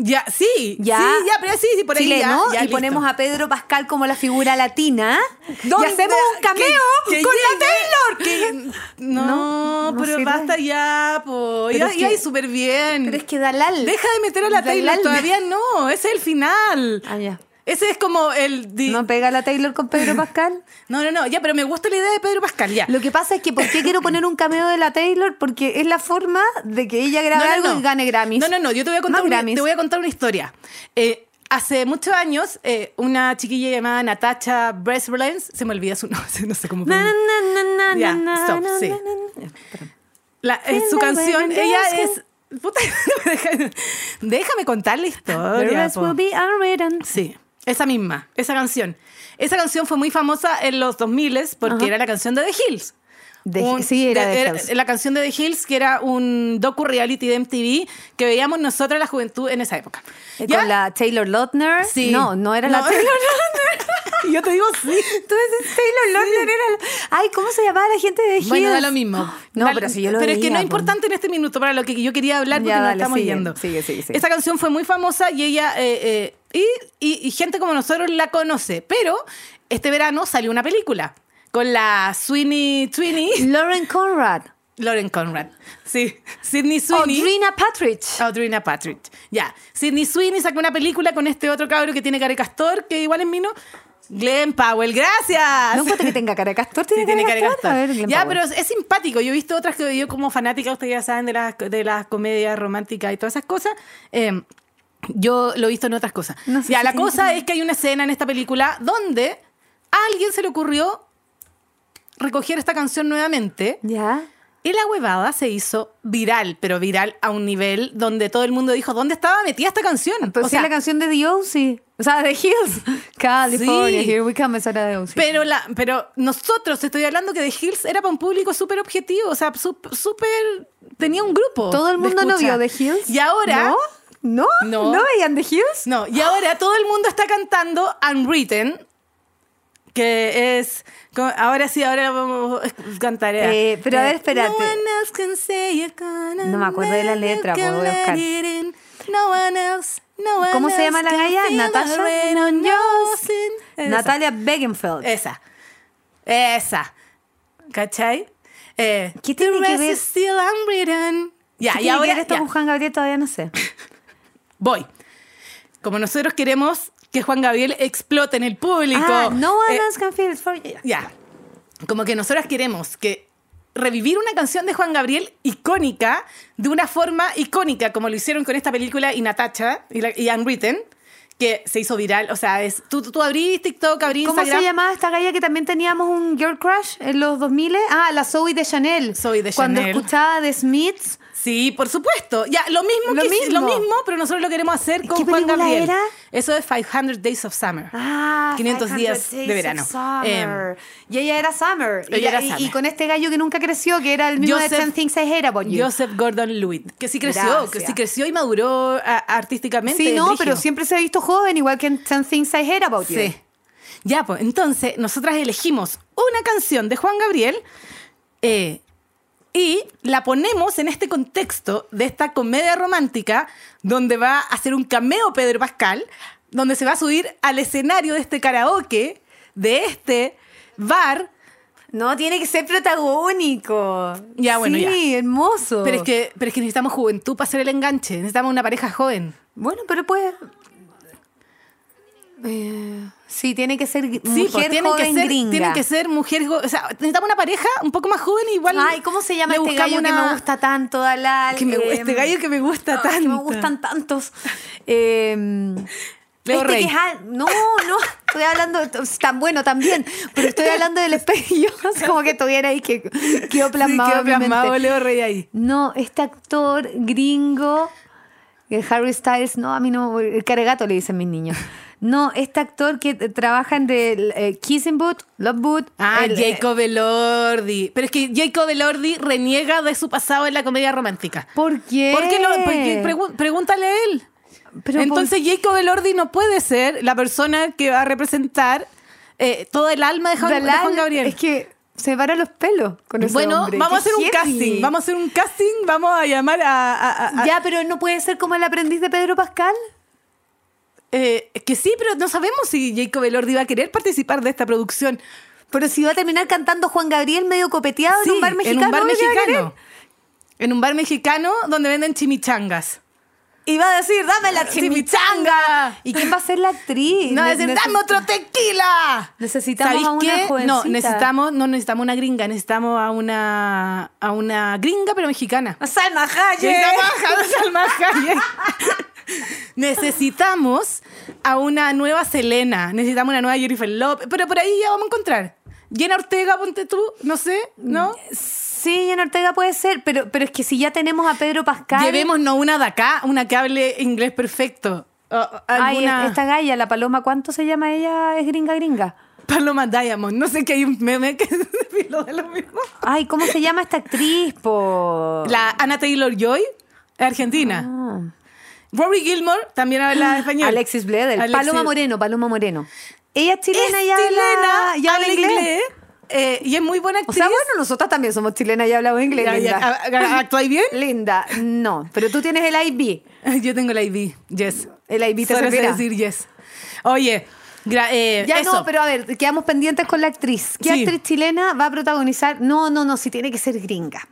Ya, sí,
Ya.
sí, ya, pero sí, sí, por ahí
chileno
ya, ya,
y
listo.
ponemos a Pedro Pascal como la figura latina y
¿Dónde?
hacemos un cameo
Que- que
con
llegue.
la Taylor.
No,
No, no
pero
sirve.
basta ya, po.
Pero
Ya,
es
ya
que-
y súper bien.
Pero es que Dalal.
Deja de meter a la
Dalal.
Taylor, todavía no, ese es el final.
Ah, ya.
Ese es como el... di-
¿No pega la Taylor con Pedro Pascal?
No, no, no, ya, pero me gusta la idea de Pedro Pascal, ya.
Lo que pasa es que ¿por qué quiero poner un cameo de la Taylor? Porque es la forma de que ella grabe algo y gane Grammys.
No, no, no, yo te voy a contar,
Más
una,
Grammys.
te voy a contar una historia. Eh, hace muchos años, eh, una chiquilla llamada Natacha Breslens, se me olvida su nombre, no sé cómo...
Na, na, na, na, na,
Ya,
na,
stop,
na,
sí.
na, na, na.
La- en su
Hello,
canción,
baby,
ella
let's
es. Puta, déjame, déjame contar la
The
historia.
rest
po.
will be unwritten.
Sí, esa misma, esa canción. Esa canción fue muy famosa en los 2000 porque
Ajá.
era la canción de The Hills.
De-
Un-
sí, era
de-
de
era-
Hells.
La canción de The Hills, que era un docu-reality de MTV que veíamos nosotros la juventud en esa época.
Eh,
¿Ya?
Con la Taylor Lautner.
Sí.
No, no era la
No.
Taylor Lautner.
Yo te digo sí.
Entonces Taylor Lautner era... la- Ay, ¿cómo se llamaba la gente de Hills?
Bueno, da lo mismo.
No,
Da-
pero si yo lo
Pero es que
veía,
no es
po.
importante en este minuto para lo que yo quería hablar porque
Ya,
nos
dale,
estamos
sigue,
yendo.
sigue, sigue, sigue.
Esta canción fue muy famosa y ella eh, eh, y, y- y gente como nosotros la conoce. Pero este verano salió una película con la Sweeney Sweeney,
Lauren Conrad.
Lauren Conrad. Sí, Sidney
Oh,
Sweeney.
Audrina Patrick.
Audrina Patrick. Ya. Sidney Sweeney sacó una película con este otro cabro que tiene cara de castor, que igual es mino. Glenn Powell, gracias.
No encuentro que tenga cara de castor. Tiene,
Ah, Sí, tiene cara de
castor.
Gastón.
A ver, Glenn
ya,
Powell.
pero es simpático. Yo he visto otras que yo como fanática, ustedes ya saben, de las, de las comedias románticas y todas esas cosas. Eh, yo lo he visto en otras cosas.
No sé
ya,
si
la
tiene
cosa
cara.
es que hay una escena en esta película donde a alguien se le ocurrió recoger esta canción nuevamente
Ya.
y la huevada se hizo viral, pero viral a un nivel donde todo el mundo dijo, ¿dónde estaba metida esta canción?
Pues
O
sí,
sea,
la canción de The O.C. O sea, de Hills. California,
Sí.
here we come, esa era de O.C.
Pero, la, pero nosotros, estoy hablando que The Hills era para un público súper objetivo, o sea, sup- súper... Tenía un grupo.
Todo el
de
mundo no
escucha.
vio The Hills.
Y ahora...
¿No?
No.
¿No? ¿No veían The Hills?
No, y ahora todo el mundo está cantando Unwritten, que es... co- Ahora sí, ahora vamos a cantar.
Eh, pero a ver, espérate.
No one else can say you're gonna
No me acuerdo de la
let you
letra, pues, voy a
let
buscar.
it in. No one else, no one
¿Cómo se
else
llama la
can
galla?
feel the
Natasha
rain on your skin. Esa.
Eh, Natalia Beckenfeld.
Esa. Esa. ¿Cachai? Eh,
¿Qué tiene
"The
que
rest
ver?
is still unwritten". Ya,
¿Qué
y
tiene que
ahora
ver esto
ya,
con Juan Gabriel todavía no sé.
voy. Como nosotros queremos que Juan Gabriel explote en el público.
Ah, no one
eh,
else can feel it for you.
Ya. Como que nosotras queremos que revivir una canción de Juan Gabriel icónica, de una forma icónica, como lo hicieron con esta película y Natacha y, la- y Unwritten, que se hizo viral. O sea, es, tú, tú abrís TikTok, abrís
¿Cómo
Instagram.
se llamaba esta galla que también teníamos un girl crush en los 2000? Ah, la Zoe de Chanel.
Zoe de
Cuando
Chanel.
escuchaba The Smiths.
Sí, por supuesto. Ya, lo mismo,
Lo
que-
mismo.
lo mismo, pero nosotros lo queremos hacer con Juan
película
Gabriel.
era?
Eso es 500 Days of Summer.
Ah,
500 días
500
de
days of
verano. Em,
summer. y ella era Summer.
Ella
y,
era
y-
Summer.
y con este gallo que nunca creció, que era el mismo de
Joseph-
10 Things I Hate About You.
Joseph Gordon-Lewitt, que sí creció, que
Gracias.
sí creció y maduró a- artísticamente.
sí,
es
no, pero
brígido.
siempre se ha visto joven, igual que en 10 Things I Hate About You.
Sí. Ya, pues, entonces, nosotras elegimos una canción de Juan Gabriel eh, y la ponemos en este contexto de esta comedia romántica donde va a hacer un cameo Pedro Pascal, donde se va a subir al escenario de este karaoke, de este bar.
No, tiene que ser protagónico.
Ya, bueno,
sí, hermoso.
Pero es, que, pero es que necesitamos juventud para hacer el enganche, necesitamos una pareja joven.
Bueno, pero pues... eh, sí, tiene que ser gr-
Sí,
mujer
pues, tienen que
joven
ser,
gringa.
tienen que ser mujer, jo- o sea, necesitamos una pareja un poco más joven igual.
Ay, ¿cómo se llama
le
este gallo
buscamos
que
una- este
me gusta tanto, Em, Dalal?
Que me- este gallo que me gusta
ah, que me
tanto.
gustan tantos. Eh,
Leo
Viste
Rey.
que es al- no, no, estoy hablando, es tan bueno también, pero estoy hablando del espejo, y yo es como que tuviera ahí que quedó plasmado.
Sí, quedó
en mi mente.
plasmado Leo Rey ahí.
No, este actor gringo, el Harry Styles, no, a mí no, el caregato le dicen mis niños. No, este actor que eh, trabaja en del, eh, Kissing Boot, Love Boot.
Ah,
el, eh,
Jacob Elordi. Pero es que Jacob Elordi reniega de su pasado en la comedia romántica.
¿Por qué?
¿Por qué no? Porque pregun- pregúntale a él.
Pero
Entonces Jacob Elordi no puede ser la persona que va a representar eh, todo el alma de
por-
Juan, de
Dalal,
Juan Gabriel.
Es que se para los pelos con ese
bueno,
hombre,
vamos a
qué
hacer un
heavy.
casting. Vamos a hacer un casting. Vamos a llamar a. a- a- a-
Ya, pero no puede ser como el aprendiz de Pedro Pascal.
eh, que sí, pero no sabemos si Jacob Elordi va a querer participar de esta producción.
Pero si va a terminar cantando Juan Gabriel medio copeteado Ah,
Sí,
en un bar mexicano.
En un bar
¿qué va a querer?
mexicano. En un bar mexicano donde venden chimichangas.
Y va a decir, dame la chimichanga.
Chimichanga.
¿Y quién va a ser la actriz?
No,
Ne-
decir,
neces-
dame otro tequila.
Necesitamos
¿Sabéis
a una
qué? No,
jovencita.
necesitamos, no necesitamos una gringa, necesitamos a una, a una gringa pero mexicana.
Salma Hayek.
Necesitamos a Salma Hayek. Necesitamos a una nueva Selena, necesitamos una nueva Jennifer López, pero por ahí ya vamos a encontrar. Jenna Ortega, ponte tú, no sé, ¿no?
Sí, Jen Ortega puede ser, pero, pero es que si ya tenemos a Pedro Pascal.
Llevémonos una de acá, una que hable inglés perfecto. O- o
Ay, eh,
alguna
esta galla, la paloma, ¿cuánto se llama ella? Es gringa gringa.
Paloma Diamond, no sé que hay un meme que es de lo mismo.
Ay, ¿cómo se llama esta actriz? Po?
La Ana Taylor Joy, argentina.
Ah.
Rory Gilmore también habla español.
Alexis Bledel.
Alexis-
Paloma Moreno, Paloma Moreno. Ella es
Es
chilena y habla-
chilena,
y habla
habla inglés. eh, y es muy buena
O
actriz.
sea, bueno, nosotras también somos chilenas y hablamos inglés.
Ya, ya,
linda.
a- a- ¿actúai bien?
Linda, no. Pero tú tienes el IB.
Yo tengo la ID, yes.
El IB te
Solo sé
supera.
decir yes. Oye, gra- eh,
Ya
eso.
no, pero a ver, quedamos pendientes con la actriz. ¿Qué
Sí.
actriz chilena va a protagonizar? No, no, no, si tiene que ser gringa.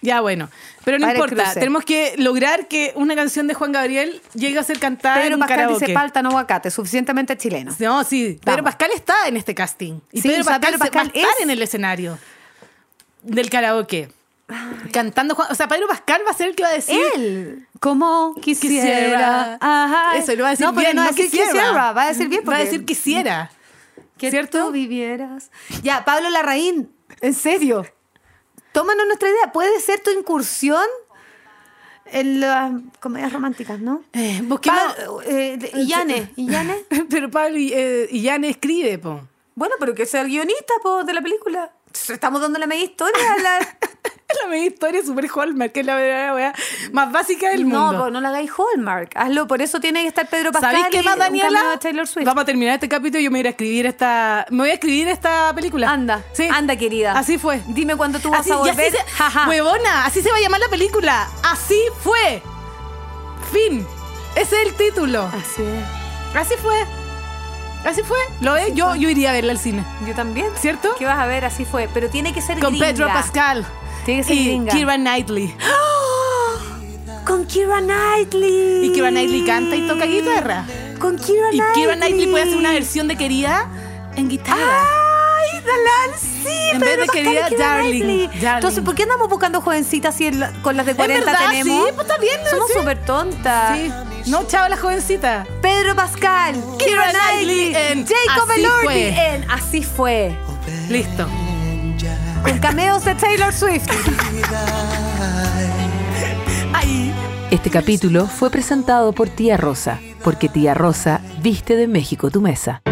Ya bueno, pero no
Padre
importa.
Cruce.
Tenemos que lograr que una canción de Juan Gabriel llegue a ser cantada en
Pedro
un
Pascal
karaoke.
dice palta, no aguacate, suficientemente chileno.
No, sí. Pedro
Vamos.
Pascal está en este casting. Y
Sí,
Pedro
o sea, Pedro
Pascal, se- va a
Pascal
estar
es-
en el escenario del karaoke. Cantando Juan- O sea, Pedro Pascal va a ser el que va a decir.
Él, como quisiera.
Quisiera.
Ajá.
Eso lo va a decir
no, pero
bien,
no va a
no
decir
quisiera.
quisiera. va a decir bien
Va
porque
a decir quisiera.
que
¿cierto?
tú vivieras. Ya, Pablo Larraín, en serio. Tómanos nuestra idea. ¿Puede ser tu incursión en las comedias románticas, no?
Eh, busquemos.
Pa- eh, de- y Yane, y Yane.
Pero Pablo y, eh, y Jan escribe, po.
Bueno, pero que sea el guionista po, de la película. Estamos dando la media historia. a la-
La media historia es super Hallmark, que es la verdadera weá más básica del
no,
mundo.
po, no la hagáis Hallmark. Hazlo, por eso tiene que estar Pedro Pascal.
¿Sabéis qué
y
más,
un cameo
Daniela?
de Taylor Swift.
Vamos a terminar este capítulo y yo me voy a ir a escribir esta. Me voy a escribir esta película.
Anda, anda, querida.
Así fue.
Dime cuándo tú vas
Así-
a
y así
volver.
se-
Jaja.
Huevona, así se va a llamar la película. Así fue. Fin. Ese es el título.
Así es.
Así fue. Así fue. Lo es. Yo, yo iría a verla al cine.
Yo también.
¿Cierto?
¿Qué vas a ver? Así fue. Pero tiene que ser
Con
gringa.
Pedro Pascal.
Tiene que ser
y
gringa.
Kira Knightley.
Con Kira Knightley.
Y Kira Knightley canta y toca guitarra.
Con Kira
Y
Knightley.
Kira Knightley puede hacer una versión de querida en guitarra.
¡Ay, Dalal! Sí, Pedro
En vez de
Pascal y
querida,
Keira
darling,
Knightley.
darling.
Entonces, ¿por qué andamos buscando jovencitas si el- con las de 40
verdad,
tenemos?
sí, pues está bien,
Somos
sí.
súper tontas.
Sí. No, chao, la jovencita.
Pedro Pascal, Kira
Keira
Knightley,
Knightley en
Jacob
Así
Elordi
fue.
en Así fue.
Listo.
Con cameos de Taylor Swift.
Este capítulo fue presentado por Tía Rosa, porque Tía Rosa viste de México tu mesa.